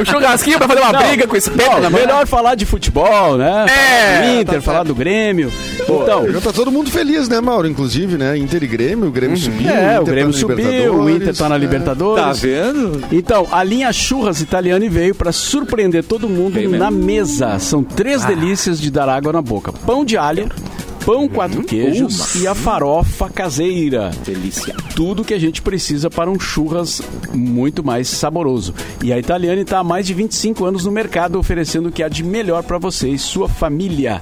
Speaker 3: Um churrasquinho pra fazer uma briga com o
Speaker 6: Ó,
Speaker 3: espeto na mão.
Speaker 6: melhor falar de futebol,
Speaker 3: É,
Speaker 6: né? Falar do Inter, falar do Grêmio. Então,
Speaker 5: Já tá todo mundo feliz, né, Mauro? Inclusive, né? Inter e Grêmio, o Grêmio subiu.
Speaker 6: é, o
Speaker 5: Inter
Speaker 6: Grêmio
Speaker 5: tá na
Speaker 6: subiu, o Inter tá na
Speaker 5: né?
Speaker 6: Libertadores.
Speaker 1: Tá vendo?
Speaker 6: Então, a linha Churras Italiani veio para surpreender todo mundo
Speaker 1: Veio mesmo. Ah.
Speaker 6: na mesa. São três delícias de dar água na boca: pão de alho,
Speaker 1: Uhum.
Speaker 6: pão quatro queijos e a farofa caseira.
Speaker 1: Delícia.
Speaker 6: Tudo que a gente precisa para um churras muito mais saboroso. E a Italiane está há mais de 25 anos no mercado, oferecendo o que há de melhor para você e sua família.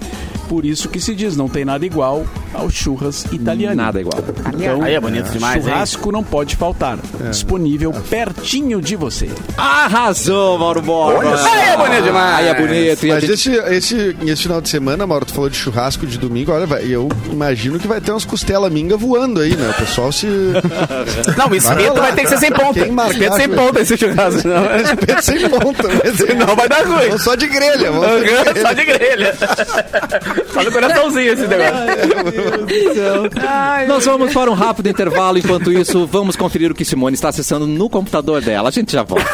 Speaker 6: Por isso que se diz, não tem nada igual ao churras italiano.
Speaker 1: Nada igual.
Speaker 6: Então,
Speaker 3: Aí é bonito demais, hein?
Speaker 6: Churrasco não pode faltar. Disponível pertinho de você.
Speaker 1: Arrasou, Mauro Borba.
Speaker 3: Aí é bonito demais.
Speaker 1: Aí é bonito. E a
Speaker 5: Mas
Speaker 1: gente...
Speaker 5: esse, esse, esse final de semana, Mauro, tu falou de churrasco de domingo. Olha, vai, eu imagino que vai ter umas costela minga voando aí, né? O pessoal se.
Speaker 3: Não, o espeto vai,
Speaker 5: lá.
Speaker 3: ter que ser sem ponta.
Speaker 5: Quem marcar,
Speaker 3: Espeto sem
Speaker 5: né?
Speaker 3: ponta esse churrasco, não.
Speaker 5: Espeto sem monta. mas
Speaker 3: Senão vai dar ruim.
Speaker 5: Vamos Só de grelha. vamos só de grelha.
Speaker 3: Só de grelha. Só no coraçãozinho esse negócio.
Speaker 1: Nós vamos para um rápido intervalo. Enquanto isso, vamos conferir o que Simone está acessando no computador dela. A gente já volta.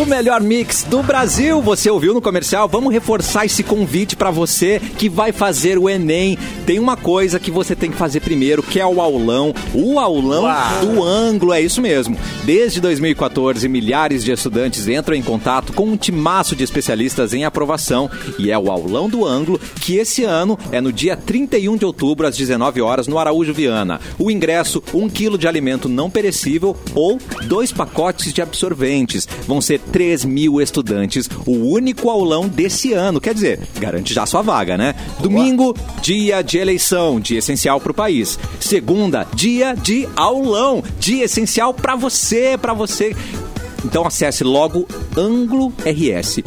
Speaker 1: O melhor mix do Brasil, você ouviu no comercial? Vamos reforçar esse convite para você que vai fazer o Enem. Tem uma coisa que você tem que fazer primeiro, que é o aulão, o aulão do ângulo, é isso mesmo. Desde 2014, milhares de estudantes entram em contato com um timaço de especialistas em aprovação e é o aulão do ângulo que esse ano é no dia 31 de outubro às 19 horas no Araújo Viana. O ingresso, um quilo de alimento não perecível ou dois pacotes de absorventes. Vão ser 3 mil estudantes, o único aulão desse ano. Quer dizer, garante já sua vaga, né? Domingo, dia de eleição, dia essencial para o país. Segunda, dia de aulão, dia essencial para você, para você Então acesse logo anglors.com.br.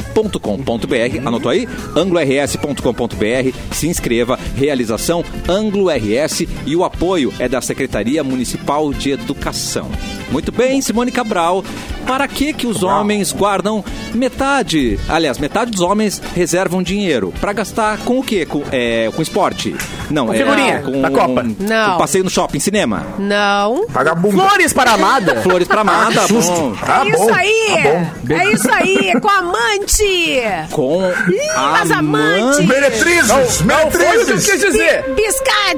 Speaker 1: Anotou aí? anglors.com.br. Se inscreva. Realização Anglo RS e o apoio é da Secretaria Municipal de Educação. Muito bem, Simone Cabral. Para que que os homens guardam metade? Aliás, metade dos homens reservam dinheiro para gastar com o quê? Com, é, com esporte? Não, é
Speaker 3: figurinha
Speaker 1: com
Speaker 3: da Copa.
Speaker 2: Não.
Speaker 1: com passeio no shopping, cinema.
Speaker 2: Não.
Speaker 7: Vagabundo.
Speaker 3: Flores para a amada.
Speaker 1: Flores pra amada,
Speaker 7: Justo.
Speaker 1: bom.
Speaker 7: Tá
Speaker 2: é
Speaker 7: bom,
Speaker 2: isso aí!
Speaker 7: Tá bom.
Speaker 2: é isso aí! É com a amante!
Speaker 1: Com
Speaker 2: as amantes.
Speaker 1: Ah, amante.
Speaker 7: Meretrizes, meretrizes.
Speaker 3: dizer.
Speaker 2: Biscate!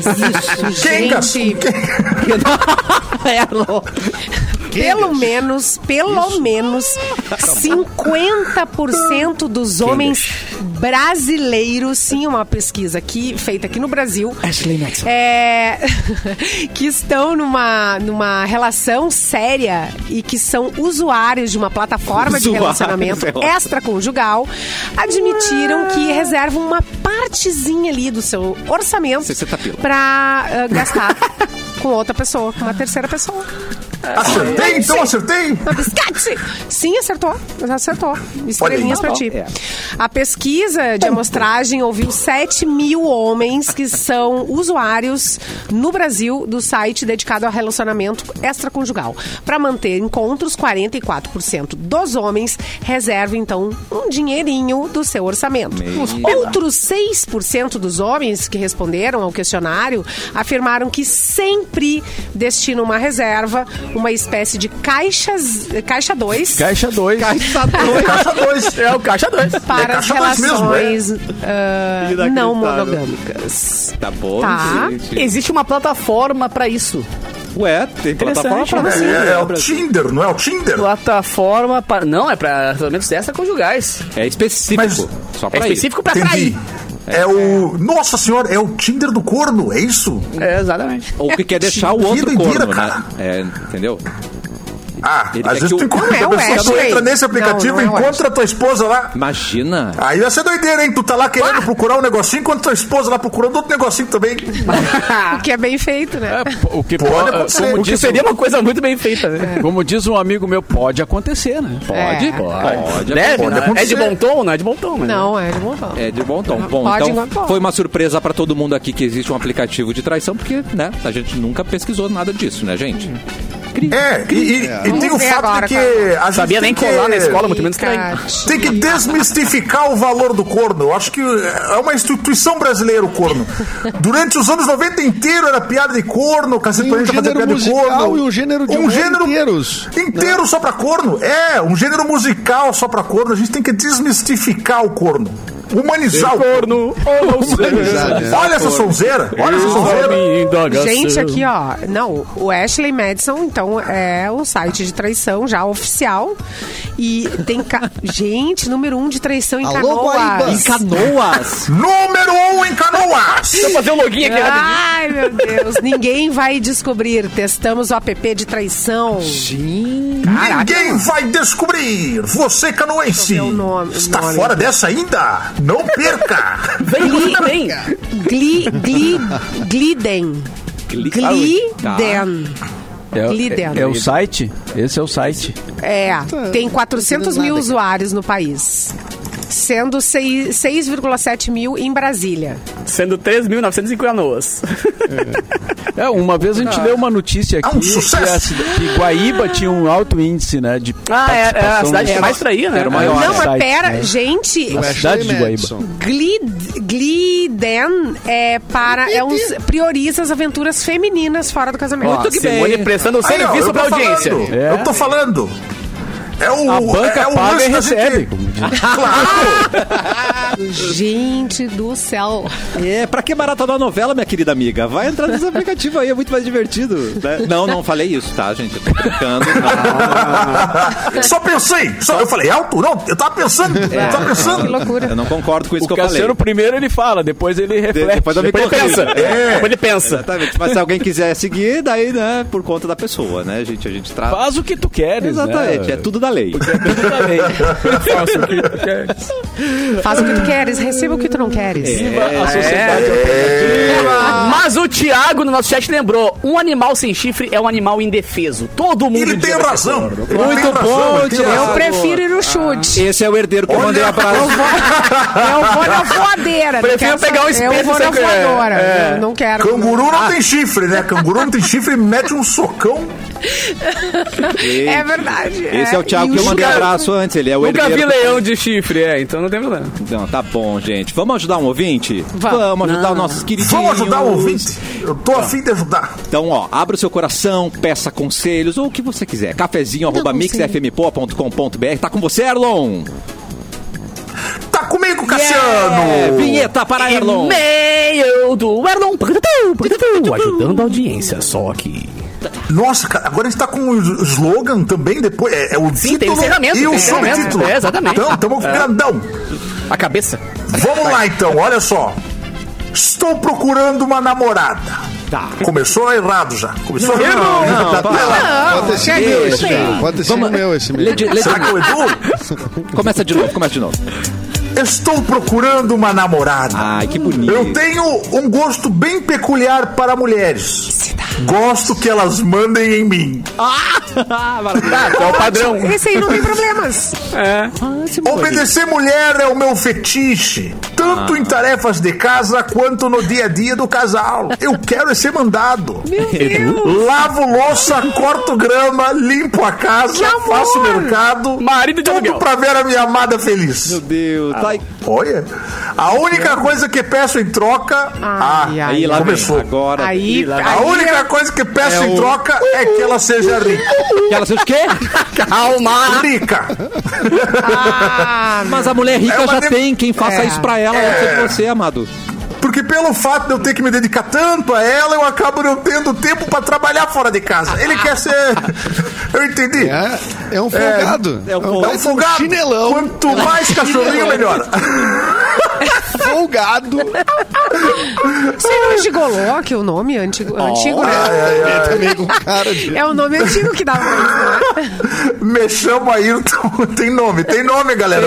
Speaker 9: Isso,
Speaker 7: Kengas.
Speaker 2: É, Pelo menos, pelo menos,
Speaker 1: Tá
Speaker 2: 50% dos homens brasileiros, sim, uma pesquisa aqui, feita aqui no Brasil, é, que estão numa, numa relação séria e que são usuários de uma plataforma de
Speaker 1: Usuários,
Speaker 2: relacionamento
Speaker 1: é ótimo.
Speaker 2: extraconjugal, admitiram que reservam uma partezinha ali do seu orçamento
Speaker 1: 60 pila.
Speaker 2: pra ah, gastar com outra pessoa, com uma terceira pessoa.
Speaker 7: Acertei, então acertei.
Speaker 2: Uma biscate! Sim, acertou. Acertou. Estrelinhas
Speaker 7: Olha
Speaker 2: pra ti.
Speaker 7: aí.
Speaker 1: É.
Speaker 2: A pesquisa de amostragem ouviu 7 mil homens que são usuários no Brasil do site dedicado ao relacionamento extraconjugal. Para manter encontros, 44% dos homens reservam, então, um dinheirinho do seu orçamento. Outros 6% dos homens que responderam ao questionário afirmaram que sempre destinam uma reserva, uma espécie de caixas, caixa 2
Speaker 6: Caixa 2.
Speaker 7: Caixa dois.
Speaker 3: É o caixa 2.
Speaker 2: para
Speaker 7: É
Speaker 2: as
Speaker 7: caixa dois
Speaker 4: né?
Speaker 7: mesmo,
Speaker 2: relações ah,
Speaker 1: Inacreditável.
Speaker 2: não monogâmicas.
Speaker 1: Tá bom,
Speaker 2: Tá.
Speaker 1: gente.
Speaker 3: Existe uma plataforma pra isso.
Speaker 1: Ué, tem plataforma pra
Speaker 7: É,
Speaker 1: você.
Speaker 7: é,
Speaker 1: né,
Speaker 7: é o
Speaker 1: Brasil?
Speaker 7: Tinder, não é o Tinder?
Speaker 3: Plataforma para. Não, é pra relacionamentos extraconjugais.
Speaker 1: É específico.
Speaker 7: Mas-
Speaker 1: só
Speaker 3: É
Speaker 1: pra isso.
Speaker 3: específico pra
Speaker 7: Entendi.
Speaker 3: trair.
Speaker 7: É o. Nossa senhora, é o Tinder do corno, é isso?
Speaker 3: É, exatamente.
Speaker 1: Ou que quer deixar o
Speaker 7: Vida
Speaker 1: outro
Speaker 7: inteira,
Speaker 1: corno, né?
Speaker 7: cara.
Speaker 1: É, entendeu?
Speaker 7: Ah,
Speaker 1: Ele
Speaker 7: às
Speaker 1: é
Speaker 7: vezes
Speaker 1: que o-
Speaker 7: tu encontra
Speaker 2: Não é
Speaker 7: a
Speaker 2: o
Speaker 7: pessoa, tu
Speaker 2: Ashley.
Speaker 7: entra nesse aplicativo,
Speaker 2: Não, não é o
Speaker 7: encontra a tua esposa lá.
Speaker 1: Imagina.
Speaker 7: Aí vai ser doideira, hein? Tu tá lá querendo procurar um negocinho, enquanto tua esposa lá procurando outro negocinho também.
Speaker 2: O que é bem feito, né?
Speaker 6: O que,
Speaker 7: Pode
Speaker 6: po-
Speaker 7: acontecer.
Speaker 6: como,
Speaker 7: O
Speaker 3: Que
Speaker 6: diz,
Speaker 3: seria uma coisa muito bem feita, né?
Speaker 6: como diz um amigo meu, pode acontecer, né? Pode.
Speaker 2: É.
Speaker 1: Pode,
Speaker 3: Deve,
Speaker 7: pode
Speaker 3: né? É de
Speaker 7: acontecer.
Speaker 3: bom tom? Não é de bom tom, mas-
Speaker 2: Não, é de bom tom.
Speaker 1: É de bom tom. Bom,
Speaker 2: Pode,
Speaker 1: então
Speaker 2: pode.
Speaker 1: foi uma surpresa pra todo mundo aqui que existe um aplicativo de traição, porque, né, a gente nunca pesquisou nada disso, né, gente?
Speaker 7: É, e, e- e tem o
Speaker 2: ver
Speaker 7: fato
Speaker 2: agora,
Speaker 7: de que.
Speaker 2: cara.
Speaker 7: a gente
Speaker 3: Sabia
Speaker 7: tem
Speaker 3: nem
Speaker 7: que-
Speaker 3: colar na
Speaker 7: é
Speaker 3: escola, muito menos trair.
Speaker 2: Biscate.
Speaker 7: Tem que desmistificar o valor do corno. Eu acho que é uma instituição brasileira o corno. Durante os anos 90 inteiro era piada de corno, cacete
Speaker 5: Tem um
Speaker 7: planeta fazia
Speaker 5: gênero
Speaker 7: piada de
Speaker 5: musical
Speaker 7: corno.
Speaker 5: e um gênero de humor inteiros. né?
Speaker 7: Inteiro só pra corno. É, um gênero musical só pra corno. A gente tem que desmistificar o corno. Humanizar o corno.
Speaker 5: Humanizado, né?
Speaker 7: Olha essa sonzeira. Olha essa sonzeira.
Speaker 2: Gente, aqui, ó. Não, o Ashley Madison, então, é um site de traição já oficial. E tem. Ca... Gente, número um de traição em
Speaker 5: Alô,
Speaker 2: Canoas.
Speaker 5: Guaíbas.
Speaker 1: Canoas!
Speaker 7: Número 1 um em canoas.
Speaker 3: Deixa eu fazer um login aqui rapidinho.
Speaker 2: Ai, meu Deus. Ninguém vai descobrir. Testamos o app de traição.
Speaker 7: Ninguém vai descobrir. Você canoense.
Speaker 2: Deixa eu ver é o nome-
Speaker 7: Está
Speaker 2: nome.
Speaker 7: fora dessa ainda? Não perca.
Speaker 3: Vem comigo também.
Speaker 2: Gli, gli, gliden.
Speaker 1: Ah, tá.
Speaker 2: Gliden.
Speaker 6: É, o-
Speaker 2: Líder.
Speaker 6: é o site? Esse é o site.
Speaker 2: É, tem 400 mil usuários no país. Sendo seis- 6,7 mil em Brasília.
Speaker 3: Sendo 3.900 em Canoas.
Speaker 6: É, uma vez a gente leu uma notícia aqui
Speaker 7: Ah, um
Speaker 6: que,
Speaker 7: sucesso!
Speaker 6: a cida- que Guaíba tinha um alto índice, né? De
Speaker 3: Ah, é, é a
Speaker 6: participação
Speaker 3: cidade que
Speaker 6: no-
Speaker 3: mais traía, né?
Speaker 1: Era o maior.
Speaker 6: Olha,
Speaker 2: Não, mas
Speaker 6: site,
Speaker 2: pera,
Speaker 6: né?
Speaker 2: gente.
Speaker 6: Na cidade de Guaíba.
Speaker 2: Glid- Gliden é para. É um, prioriza as aventuras femininas fora do casamento.
Speaker 1: Muito que
Speaker 3: Simone
Speaker 1: bem.
Speaker 3: prestando o
Speaker 7: Aí, ó,
Speaker 3: serviço
Speaker 7: eu
Speaker 3: pra
Speaker 7: tô
Speaker 3: audiência.
Speaker 7: falando,
Speaker 6: É.
Speaker 7: Eu tô falando. É o,
Speaker 6: A banca
Speaker 7: é, é o
Speaker 6: paga e
Speaker 7: lance da gente-
Speaker 6: recebe. como diz.
Speaker 7: Claro!
Speaker 2: Gente do céu.
Speaker 1: É, pra que maratonar novela, minha querida amiga? Vai entrar nesse aplicativo aí, é muito mais divertido. né? Não, não falei isso, tá, gente? Eu tô brincando. não.
Speaker 7: só pensei. Só, eu falei, é alto? Não, eu tava pensando. Eu tava
Speaker 1: Que
Speaker 7: pensando.
Speaker 1: loucura. Eu não concordo com isso
Speaker 6: O
Speaker 1: que eu falei.
Speaker 6: Cassiano primeiro ele fala, depois ele reflete.
Speaker 1: depois eu me
Speaker 3: Depois ele
Speaker 1: corrijo.
Speaker 3: pensa. Depois ele pensa.
Speaker 1: Exatamente. Mas se alguém quiser seguir, daí, né, por conta da pessoa, né, gente? A gente trata.
Speaker 6: Faz o que tu queres,
Speaker 1: Exatamente,
Speaker 6: né?
Speaker 1: é tudo da lei.
Speaker 6: Tudo da lei. Faça o que tu queres.
Speaker 1: É.
Speaker 2: Faz o que tu queres, receba o que tu não queres.
Speaker 3: É.
Speaker 6: A sociedade
Speaker 3: Mas o Tiago, no nosso chat, lembrou: um animal sem chifre é um animal indefeso. Todo mundo
Speaker 7: Ele tem
Speaker 3: devia ter
Speaker 7: razão.
Speaker 3: concordo.
Speaker 7: Ele
Speaker 1: Muito
Speaker 7: tem razão,
Speaker 1: bom,
Speaker 7: ele tem
Speaker 1: Thiago.
Speaker 2: Eu prefiro ir no chute.
Speaker 1: Esse é o herdeiro que eu mandei a frase. Ah.
Speaker 2: Eu vou na voadeira. não
Speaker 3: Prefiro
Speaker 2: quero
Speaker 3: pegar um
Speaker 2: saber. Eu
Speaker 3: espeto
Speaker 2: vou na
Speaker 3: sem- é,
Speaker 2: voadora. Eu Não quero.
Speaker 7: Canguru não tem chifre, né? Canguru não tem chifre e mete um socão.
Speaker 2: É verdade.
Speaker 1: Esse é o Thiago
Speaker 2: E
Speaker 1: que eu mandei
Speaker 2: chute-
Speaker 1: abraço antes, ele é o
Speaker 3: Nunca vi
Speaker 1: herdeiro.
Speaker 3: leão de chifre, é, então não tem problema.
Speaker 1: Não, tá bom, gente. Vamos ajudar um ouvinte? Vamos, ajudar os nossos queridinhos.
Speaker 7: Vamos ajudar o ouvinte. Eu tô afim de ajudar.
Speaker 1: Então, ó, abra o seu coração, peça conselhos ou o que você quiser. Cafezinho arroba mixfmpoa.com.br. Tá com você, Erlon?
Speaker 7: Tá comigo, Cassiano!
Speaker 1: É, vinheta para Erlon.
Speaker 3: E-mail do Erlon. Pagatutu, pagatutu, Ajudando a audiência, só que.
Speaker 7: Nossa, cara, agora a gente tá com o slogan também depois. É, é o
Speaker 3: Sim, tem o
Speaker 7: título
Speaker 3: encerramento,
Speaker 7: e
Speaker 3: tem
Speaker 7: o
Speaker 3: o encerramento.
Speaker 7: subtítulo.
Speaker 3: É, exatamente.
Speaker 7: Então, tamo grandão.
Speaker 3: A cabeça.
Speaker 7: Vamos lá então, olha só. Estou procurando uma namorada.
Speaker 3: Tá.
Speaker 7: Começou errado já. Começou errado.
Speaker 1: não,
Speaker 7: Tá,
Speaker 1: para.
Speaker 7: vai lá.
Speaker 5: Pode ter sido meu esse e-mail. Pode ter sido meu esse e-mail.
Speaker 1: Lady- Lady-
Speaker 7: Será que é o Edu?
Speaker 1: começa de novo, começa de novo.
Speaker 7: Estou procurando uma namorada.
Speaker 1: Ai, que bonito.
Speaker 7: Eu tenho um gosto bem peculiar para mulheres. Gosto que elas mandem em mim.
Speaker 2: Ah,
Speaker 3: É o padrão.
Speaker 2: Esse aí não tem problemas.
Speaker 7: Obedecer mulher é o meu fetiche, tanto em tarefas de casa quanto no dia a dia do casal. Eu quero é ser mandado.
Speaker 2: Meu Deus.
Speaker 7: Lavo louça, corto grama, limpo a casa,
Speaker 2: amor!
Speaker 7: faço mercado.
Speaker 3: Marido de
Speaker 7: tudo
Speaker 3: aluguel.
Speaker 7: pra ver a minha amada feliz.
Speaker 1: Meu Deus. tá aí.
Speaker 7: Olha, a única coisa que peço em troca.
Speaker 2: Ai,
Speaker 7: ah,
Speaker 2: ai,
Speaker 1: Aí lá
Speaker 7: começou.
Speaker 1: vem, agora.
Speaker 2: Aí,
Speaker 7: A
Speaker 2: aí-
Speaker 7: única coisa que peço em troca é que ela seja rica.
Speaker 1: Que ela seja o quê?
Speaker 3: Calma.
Speaker 7: Rica.
Speaker 2: Ah,
Speaker 1: Mas a mulher rica
Speaker 7: É uma
Speaker 1: já
Speaker 7: de-
Speaker 1: tem. Quem faça
Speaker 2: É.
Speaker 1: isso pra ela deve ser você, amado.
Speaker 7: Porque pelo fato de eu ter que me dedicar tanto a ela, eu acabo não tendo tempo pra trabalhar fora de casa. Ele quer ser. Eu entendi.
Speaker 5: É, é um folgado.
Speaker 1: é um
Speaker 5: baita
Speaker 7: É um folgado.
Speaker 5: Chinelão.
Speaker 7: Quanto mais cachorrinho, melhor.
Speaker 5: Folgado.
Speaker 2: Você não é gigolô, que é o nome antigo, antigo né?
Speaker 5: É também com cara de...
Speaker 2: É o nome antigo que dá pra isso, né?
Speaker 7: Me chama Ayrton. Tem nome, tem nome, galera.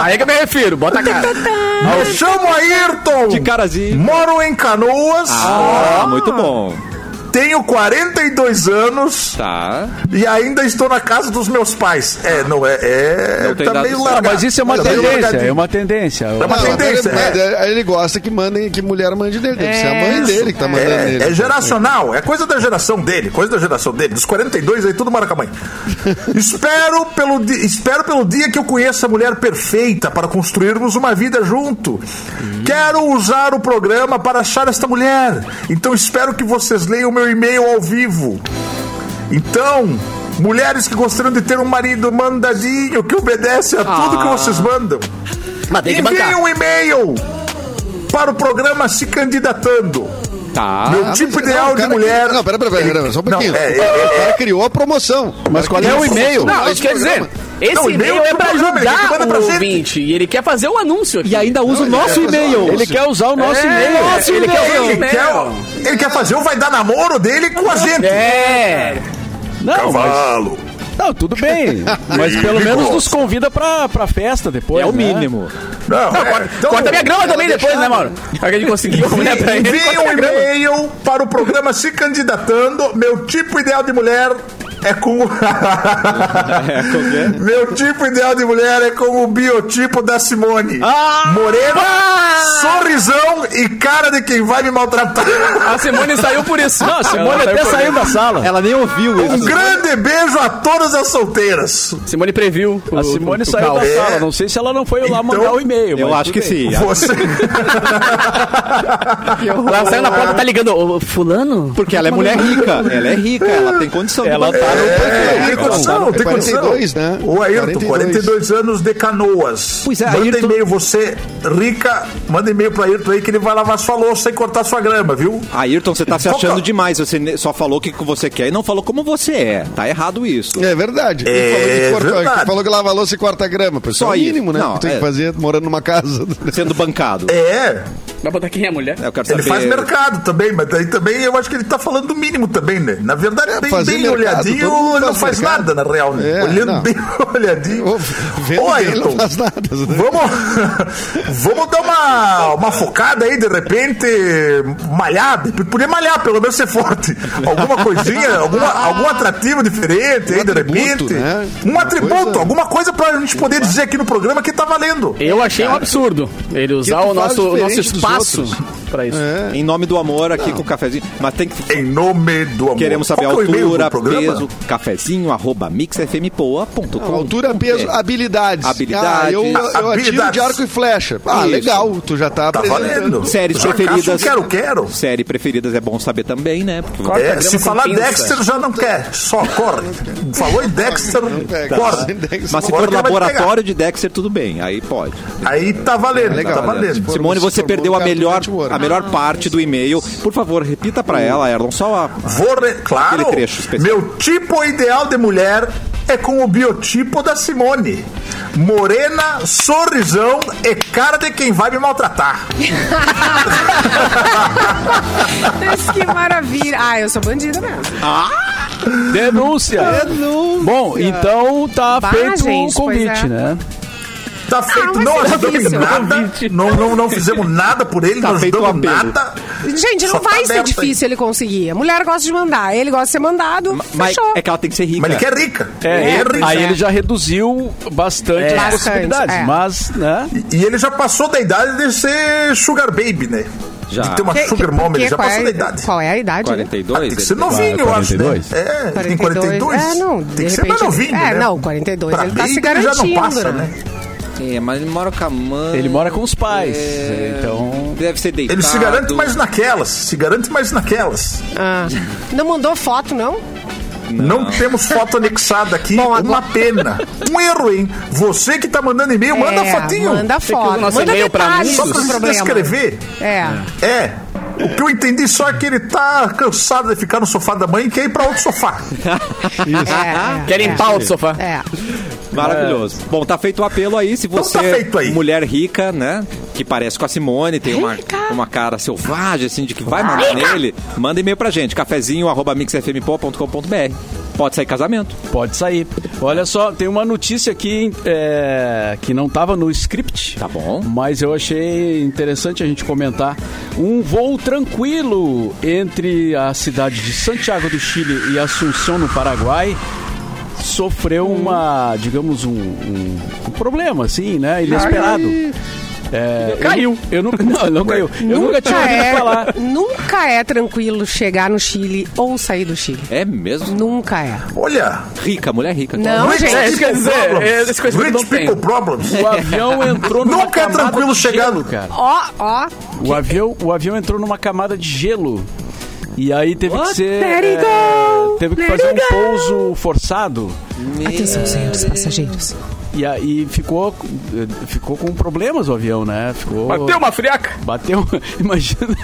Speaker 3: Aí é que eu me refiro, bota a cara.
Speaker 7: Me chamo Ayrton.
Speaker 1: Que carazinho.
Speaker 7: Moro em Canoas.
Speaker 1: Ah, muito bom.
Speaker 7: Tenho 42 anos
Speaker 1: Tá.
Speaker 7: e ainda estou na casa dos meus pais. É, não é. é
Speaker 1: Não tem
Speaker 7: tá
Speaker 1: dado
Speaker 7: meio
Speaker 1: certo.
Speaker 7: largado.
Speaker 6: Mas isso é uma
Speaker 7: Tá meio
Speaker 6: tendência,
Speaker 7: largadinho.
Speaker 6: é uma tendência.
Speaker 7: É uma
Speaker 5: Não, mas
Speaker 7: tendência.
Speaker 5: ele,
Speaker 7: é.
Speaker 5: mas ele gosta que mandem, que mulher mande nele. Deve ser a mãe dele que tá mandando
Speaker 7: É,
Speaker 5: nele.
Speaker 7: é geracional, é coisa da geração dele, coisa da geração dele. Dos 42 aí tudo mora com a mãe. espero, pelo di- espero pelo dia que eu conheça a mulher perfeita para construirmos uma vida junto.
Speaker 5: Uhum.
Speaker 7: Quero usar o programa para achar esta mulher. Então espero que vocês leiam meu e-mail ao vivo. Então, mulheres que gostariam de ter um marido mandadinho, que obedece a tudo que vocês mandam.
Speaker 3: Mas tem que
Speaker 7: Enviem
Speaker 3: bancar.
Speaker 7: um e-mail para o programa se candidatando.
Speaker 1: Tá.
Speaker 7: Meu tipo
Speaker 5: mas- é,
Speaker 7: ideal
Speaker 5: não, o
Speaker 7: de
Speaker 5: cara-
Speaker 7: mulher.
Speaker 5: Não, pera, pera, pera, pera, só um pouquinho.
Speaker 7: Não, é, é,
Speaker 5: O cara criou a promoção. Mas qual é o e-mail?
Speaker 3: Não, isso quer dizer, esse
Speaker 7: Não,
Speaker 3: e-mail
Speaker 7: e-mail
Speaker 3: é pra
Speaker 7: é pro programa, ele
Speaker 3: ajudar
Speaker 7: manda pra
Speaker 3: o
Speaker 7: gente.
Speaker 3: ouvinte. E ele quer fazer um anúncio aqui.
Speaker 1: E ainda usa o nosso e-mail.
Speaker 6: Ele quer usar o nosso e-mail.
Speaker 3: nosso
Speaker 6: Ele quer
Speaker 3: É, e-mail.
Speaker 6: usar o-
Speaker 7: Ele quer, ele quer fazer o vai dar namoro dele com a gente.
Speaker 3: É.
Speaker 6: Não, mas,
Speaker 7: Cavalo.
Speaker 6: não, tudo bem. Mas pelo menos nos convida pra, pra festa depois.
Speaker 1: É o
Speaker 6: né?
Speaker 1: mínimo.
Speaker 7: Não, é, então,
Speaker 3: Corta minha grama também depois, né, Mauro? A gente conseguiu, né, pra ele.
Speaker 7: Envie um e-mail para o programa se candidatando. Meu tipo ideal de mulher é com.
Speaker 3: É,
Speaker 7: Meu tipo ideal de mulher é com o biotipo da Simone.
Speaker 3: Ah!
Speaker 7: Morena, sorrisão e cara de quem vai me maltratar.
Speaker 3: A Simone saiu por isso.
Speaker 6: Não, a Simone até saiu da sala.
Speaker 1: Ela nem ouviu
Speaker 7: Um
Speaker 1: isso.
Speaker 7: grande beijo a todas as solteiras.
Speaker 3: Simone previu.
Speaker 6: A Simone saiu da
Speaker 7: É.
Speaker 6: sala. Não sei se ela não foi lá mandar o e-mail.
Speaker 1: Eu
Speaker 6: mas
Speaker 1: acho que
Speaker 6: tudo bem.
Speaker 1: sim.
Speaker 7: Então, Você.
Speaker 3: Ela saiu na porta, tá ligando. ô, Fulano?
Speaker 1: Porque ela é mulher rica. Ela é rica, ela tem condição. de
Speaker 6: Ela
Speaker 1: bancar.
Speaker 6: tá no
Speaker 7: É, tem
Speaker 5: Então,
Speaker 7: condição, tem
Speaker 5: 42,
Speaker 7: condição.
Speaker 5: né?
Speaker 7: O Ayrton, 42.
Speaker 5: 42
Speaker 7: anos de canoas.
Speaker 1: Pois é,
Speaker 7: manda
Speaker 1: Ayrton-
Speaker 7: e-mail, você, rica, manda e-mail pra Ayrton aí que ele vai lavar sua louça e cortar sua grama, viu?
Speaker 1: Ayrton, você tá se
Speaker 7: Qual que
Speaker 1: achando
Speaker 7: é?
Speaker 1: demais. Você ne- só falou o que que você quer e não falou como você é. Tá errado isso.
Speaker 5: É verdade. Ele
Speaker 7: É
Speaker 5: falou, que cortou-
Speaker 7: verdade.
Speaker 5: ele falou que lava a louça e corta a grama. Pessoal,
Speaker 1: Só
Speaker 5: é o
Speaker 1: isso.
Speaker 5: mínimo, né?
Speaker 1: Não,
Speaker 5: que tem
Speaker 1: é.
Speaker 5: que fazer morando numa casa.
Speaker 1: Sendo bancado.
Speaker 7: É.
Speaker 3: Vai botar quem é a mulher?
Speaker 1: Eu quero
Speaker 7: Ele
Speaker 1: saber.
Speaker 7: faz mercado também, mas daí também eu acho que ele tá falando do mínimo também, né? Na verdade, bem,
Speaker 5: fazer
Speaker 7: bem
Speaker 5: mercado,
Speaker 7: olhadinho,
Speaker 5: todo mundo
Speaker 7: ele não
Speaker 5: faz
Speaker 7: faz
Speaker 5: mercado.
Speaker 7: nada, na real. né?
Speaker 5: É,
Speaker 7: Olhando
Speaker 5: não.
Speaker 7: bem olhadinho.
Speaker 5: Ô, vendo
Speaker 7: Ô,
Speaker 5: bem, ele não
Speaker 7: Ayrton,
Speaker 5: faz nada.
Speaker 7: Vamos, vamos dar uma, uma focada aí, de repente, malhar. Podia malhar, pelo menos ser forte. Alguma coisinha, alguma, algum atrativo diferente aí, de
Speaker 5: Um atributo,
Speaker 7: repente.
Speaker 5: né?
Speaker 7: Um
Speaker 5: Uma
Speaker 7: atributo,
Speaker 5: coisa-
Speaker 7: alguma coisa pra gente poder dizer aqui no programa que tá valendo.
Speaker 3: Eu achei um absurdo ele usar
Speaker 5: tu
Speaker 3: o
Speaker 5: faz
Speaker 3: nosso, o nosso
Speaker 5: diferente dos
Speaker 3: espaço
Speaker 5: outros?
Speaker 3: pra isso.
Speaker 1: Em nome do amor aqui com o cafezinho. Mas tem que.
Speaker 7: Em nome do amor.
Speaker 1: Queremos saber a
Speaker 7: Qual que é o e-mail do
Speaker 1: altura,
Speaker 7: programa?
Speaker 1: peso, cafezinho, arroba mixfmpoa.com.
Speaker 3: é.
Speaker 5: Altura, peso, habilidades.
Speaker 1: Habilidades.
Speaker 5: Ah, eu, eu atiro de
Speaker 7: Habilidades.
Speaker 5: arco e flecha. Ah,
Speaker 1: Isso.
Speaker 5: legal. Tu já tá,
Speaker 7: Tá valendo.
Speaker 1: Séries
Speaker 7: Já
Speaker 1: preferidas.
Speaker 7: caço um Quero, quero.
Speaker 1: Série preferidas é bom saber também, né? Porque
Speaker 7: É, se falar Dexter já não quer, só corre. Falou em Dexter,
Speaker 5: pega.
Speaker 7: corre.
Speaker 1: Mas se
Speaker 7: Agora
Speaker 1: for
Speaker 7: que vai
Speaker 1: laboratório de Dexter, tudo bem. Aí pode.
Speaker 7: pegar. Aí tá valendo,
Speaker 5: Legal,
Speaker 7: tá
Speaker 5: né?
Speaker 7: valendo.
Speaker 5: For-
Speaker 1: Simone, você
Speaker 5: formou
Speaker 1: perdeu a
Speaker 7: é
Speaker 5: Cartoon
Speaker 1: melhor,
Speaker 5: Network.
Speaker 1: a
Speaker 6: Ah,
Speaker 1: melhor parte do e-mail. Por favor, repita pra ela, Erlon, só a.
Speaker 7: Vou re- Claro,
Speaker 1: Aquele trecho especial.
Speaker 7: meu tipo ideal de mulher é com o biotipo da Simone. Morena, sorrisão e cara de quem vai me maltratar.
Speaker 2: Mas que maravilha. Ah, eu sou bandida mesmo.
Speaker 6: Denúncia! Bom, então tá
Speaker 2: Bah,
Speaker 6: feito o
Speaker 2: gente, pois
Speaker 6: convite,
Speaker 2: é.
Speaker 6: né?
Speaker 7: Tá feito,
Speaker 2: mas
Speaker 7: não
Speaker 2: é
Speaker 7: ajudamos em
Speaker 2: difícil.
Speaker 7: nada. Não, não, não fizemos nada por ele, não
Speaker 1: Tá feito o
Speaker 7: ajudamos
Speaker 1: apelo.
Speaker 7: nada.
Speaker 2: Gente,
Speaker 7: Só
Speaker 2: não
Speaker 7: tá
Speaker 2: vai ser
Speaker 7: aberto aí.
Speaker 2: difícil ele conseguir. A mulher gosta de mandar, ele gosta de ser mandado.
Speaker 1: Mas
Speaker 2: fechou.
Speaker 1: é que ela tem que ser rica.
Speaker 7: Mas ele quer rica.
Speaker 6: É,
Speaker 7: Ele rica.
Speaker 6: aí ele já reduziu bastante
Speaker 2: É.
Speaker 6: as
Speaker 2: Bastante,
Speaker 6: possibilidades,
Speaker 2: é.
Speaker 6: mas, né?
Speaker 7: E ele já passou da idade de ser Sugar Baby, né?
Speaker 1: Já.
Speaker 7: De ter uma
Speaker 2: Que-
Speaker 7: Sugar
Speaker 2: que-
Speaker 7: Mom, ele
Speaker 2: que-
Speaker 7: já
Speaker 2: qual
Speaker 7: passou
Speaker 2: é,
Speaker 7: da idade.
Speaker 2: Qual é a idade? né?
Speaker 7: Ah, tem
Speaker 1: 42?
Speaker 7: que ser novinho, eu acho, né?
Speaker 6: 42?
Speaker 7: É, ele tem
Speaker 2: 42.
Speaker 7: 42.
Speaker 2: É, não, de
Speaker 7: tem que ser
Speaker 2: repente
Speaker 7: mais novinho,
Speaker 2: ele- é,
Speaker 7: né?
Speaker 2: não, 42,
Speaker 7: Pra
Speaker 2: ele tá
Speaker 7: Baby
Speaker 2: se
Speaker 7: já
Speaker 2: garantindo,
Speaker 7: não passa,
Speaker 2: né?
Speaker 7: né?
Speaker 1: É, mas ele mora com a mãe. É,
Speaker 6: Ele mora com os pais, então-
Speaker 1: Deve ser deitado.
Speaker 7: Ele se garante mais naquelas, se garante mais naquelas.
Speaker 2: Ah, não mandou foto, não?
Speaker 7: Não, temos foto anexada aqui, uma pena. Um erro, hein? Você que tá mandando e-mail, manda
Speaker 2: É,
Speaker 7: a fotinho.
Speaker 2: Manda foto.
Speaker 3: o nosso
Speaker 2: manda
Speaker 3: e-mail pra
Speaker 2: detalhes
Speaker 7: Só
Speaker 2: do
Speaker 7: pra se
Speaker 2: problema.
Speaker 7: descrever.
Speaker 2: É.
Speaker 7: É. O que eu entendi só é que ele tá cansado de ficar no sofá da mãe e quer ir pra outro sofá.
Speaker 2: é, é,
Speaker 3: Quer
Speaker 2: é.
Speaker 3: limpar o sofá?
Speaker 2: É.
Speaker 1: Maravilhoso. Bom, tá feito o apelo aí.
Speaker 6: Então
Speaker 1: Se você
Speaker 7: tá feito aí.
Speaker 1: é mulher rica, né? Que parece com a Simone, tem uma, uma cara selvagem, assim, de que vai mandar nele, manda e-mail pra gente. Cafezinho, arroba mixfmpo.com.br. Pode sair casamento.
Speaker 6: Pode sair. Olha só, tem uma notícia aqui é, que não estava no script.
Speaker 1: Tá bom.
Speaker 6: Mas eu achei interessante a gente comentar. Um voo tranquilo entre a cidade de Santiago do Chile e Assunção, no Paraguai. Sofreu uma, digamos, um, um- um problema, assim, né? Inesperado. É,
Speaker 3: Caiu.
Speaker 6: Eu, nu- eu nu- não, não caiu. Eu nunca tinha ouvido
Speaker 2: é,
Speaker 6: falar.
Speaker 2: Nunca é tranquilo chegar no Chile ou sair do Chile.
Speaker 1: É mesmo?
Speaker 2: Nunca é.
Speaker 7: Olha,
Speaker 1: Rica, mulher rica. Então,
Speaker 2: Não,
Speaker 7: Rich
Speaker 2: gente.
Speaker 3: é isso que eu ia
Speaker 7: people
Speaker 3: dizer, é
Speaker 7: problems.
Speaker 3: essa coisa que eu
Speaker 7: Rich
Speaker 3: não tenho.
Speaker 7: people problems.
Speaker 6: O avião entrou numa
Speaker 7: Nunca é
Speaker 6: camada
Speaker 7: tranquilo
Speaker 6: de
Speaker 7: chegar-
Speaker 6: gelo, cara.
Speaker 2: Ó, ó.
Speaker 6: O avião, o avião entrou numa camada de gelo. E aí teve que ser.
Speaker 2: Let it
Speaker 6: eh, teve que fazer um pouso forçado.
Speaker 2: Atenção, senhores passageiros.
Speaker 6: E aí ficou, eh, ficou com problemas o avião, né? Ficou.
Speaker 3: Bateu uma friaca.
Speaker 6: Bateu, imagina.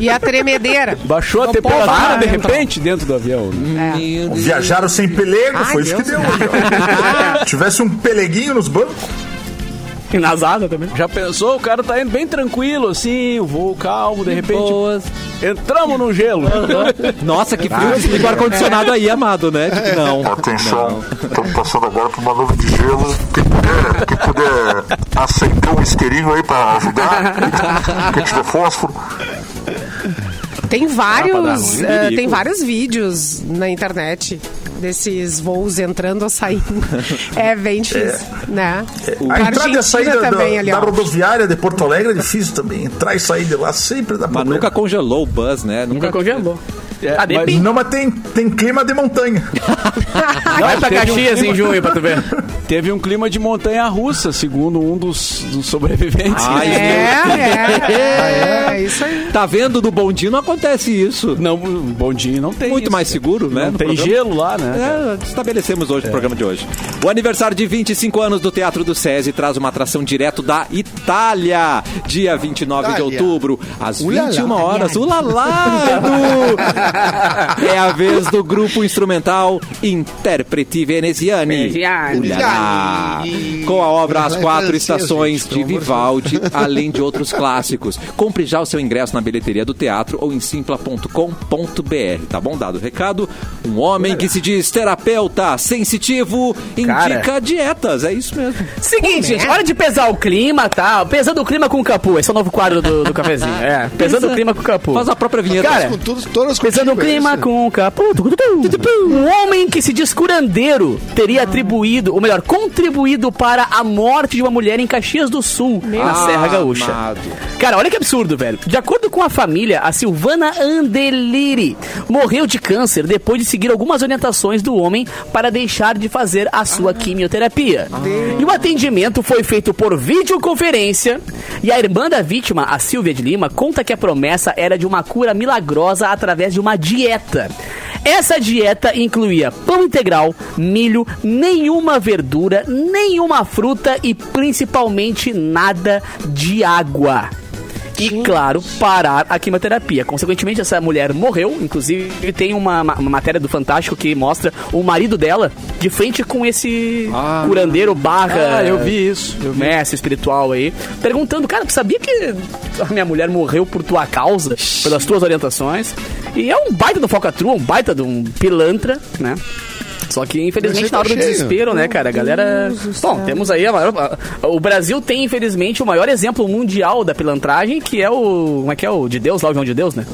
Speaker 2: E a tremedeira.
Speaker 6: Baixou a temperatura
Speaker 2: pousar,
Speaker 6: de
Speaker 2: né,
Speaker 3: então?
Speaker 6: repente dentro do avião. né?
Speaker 7: Viajaram sem pelego,
Speaker 2: Ai,
Speaker 7: Hum, foi isso que
Speaker 2: Deus.
Speaker 7: deu. aí, ó. Tivesse um peleguinho nos bancos.
Speaker 3: E nasada também.
Speaker 6: Já pensou? O cara tá indo bem tranquilo, assim, o voo calmo, de repente. Entramos no gelo.
Speaker 1: Nossa, que frio. Desliga o Ah, ar-condicionado aí, amado, né? Tipo, não.
Speaker 10: Atenção, estamos passando agora por uma nuvem de gelo. Quem puder, quem puder aceitar um isqueirinho aí para ajudar, quem tiver fósforo.
Speaker 2: Ah,
Speaker 7: Ah,
Speaker 2: Tem vários,
Speaker 1: ruim,
Speaker 2: eh,
Speaker 1: perigo.
Speaker 2: tem vários vídeos na internet desses voos entrando ou saindo. É bem difícil, né?
Speaker 7: É. A entrada e a saída da, da
Speaker 2: ó.
Speaker 7: rodoviária de Porto Alegre é difícil também. Entrar e sair de lá sempre dá
Speaker 1: Mas
Speaker 7: problema.
Speaker 1: nunca congelou o bus, né? Nunca,
Speaker 3: Nunca congelou.
Speaker 6: É,
Speaker 3: Ah,
Speaker 6: mas-
Speaker 3: depende.
Speaker 7: Não, mas tem, tem clima de montanha.
Speaker 3: Vai pra
Speaker 6: teve um
Speaker 3: Caxias em
Speaker 6: clima.
Speaker 3: junho pra tu ver.
Speaker 6: Teve um clima de montanha russa, segundo um dos, dos sobreviventes.
Speaker 1: Ai,
Speaker 2: É, é, é, isso aí.
Speaker 1: Tá vendo? Do bondinho não acontece isso.
Speaker 6: Não, bondinho não tem.
Speaker 1: Muito
Speaker 6: isso.
Speaker 1: mais seguro, né?
Speaker 6: Não
Speaker 1: no
Speaker 6: tem
Speaker 1: programa.
Speaker 6: gelo lá, né?
Speaker 1: É, estabelecemos hoje o programa de hoje. O aniversário de 25 anos do Teatro do SESI traz uma atração direto da Itália. Dia 29 de
Speaker 5: Itália.
Speaker 1: outubro, às
Speaker 5: Ulala.
Speaker 1: 21 horas. Ulalá, Edu! É a vez do grupo instrumental Interpreti Veneziani.
Speaker 3: Veneziani.
Speaker 1: Ulalá. Com a obra As
Speaker 5: É
Speaker 1: Quatro
Speaker 5: francês,
Speaker 1: Estações
Speaker 5: gente,
Speaker 1: de
Speaker 5: pelo amor de Deus.
Speaker 1: Vivaldi. Vivaldi, além de outros clássicos. Compre já o seu ingresso na bilheteria do teatro ou em simpla.com.br. Tá bom? Dado o recado, um homem que se diz terapeuta sensitivo indica
Speaker 3: Cara.
Speaker 1: dietas. É isso mesmo.
Speaker 3: Seguinte, gente, hora de pesar o clima, tá? Pesando o clima com o Capu. Esse é o novo quadro do, do cafezinho. É, pesando o clima com o Capu.
Speaker 1: Faz a própria vinheta.
Speaker 3: Cara,
Speaker 5: Com todos, todas
Speaker 3: Pesando o
Speaker 5: contigo, é
Speaker 3: clima
Speaker 5: isso?
Speaker 3: com o Capu. tucu, tucu, tucu. Um homem que se diz curandeiro teria atribuído, ou melhor, contribuído para a morte de uma mulher em Caxias do Sul, na Serra Gaúcha. Cara, olha que absurdo, velho. De acordo com a família, a Silvana Andeliri morreu de câncer depois de seguir algumas orientações do homem para deixar de fazer a sua quimioterapia. E o atendimento foi feito por videoconferência e a irmã da vítima, a Silvia de Lima, conta que a promessa era de uma cura milagrosa através de uma dieta. Essa dieta incluía pão integral, milho, nenhuma verdura, nenhuma fruta e principalmente nada de água. E, claro, parar a quimioterapia. Consequentemente, essa mulher morreu. Inclusive, tem uma, ma- uma matéria do Fantástico que mostra o marido dela de frente com esse curandeiro
Speaker 1: É.
Speaker 3: barra.
Speaker 6: Ah, eu vi isso. Eu vi.
Speaker 3: Mestre espiritual aí, perguntando, cara, tu sabia que a minha mulher morreu por tua causa, pelas tuas orientações? E é um baita do falcatrua, um baita de um pilantra, né? Só que, infelizmente,
Speaker 5: Mas
Speaker 3: na hora do
Speaker 5: tá cheio.
Speaker 3: desespero, né, cara? A galera. Bom, temos aí a maior. a- O Brasil tem, infelizmente, o maior exemplo mundial da pilantragem, que é o. Como é que é? O de Deus, lá o João de Deus, né?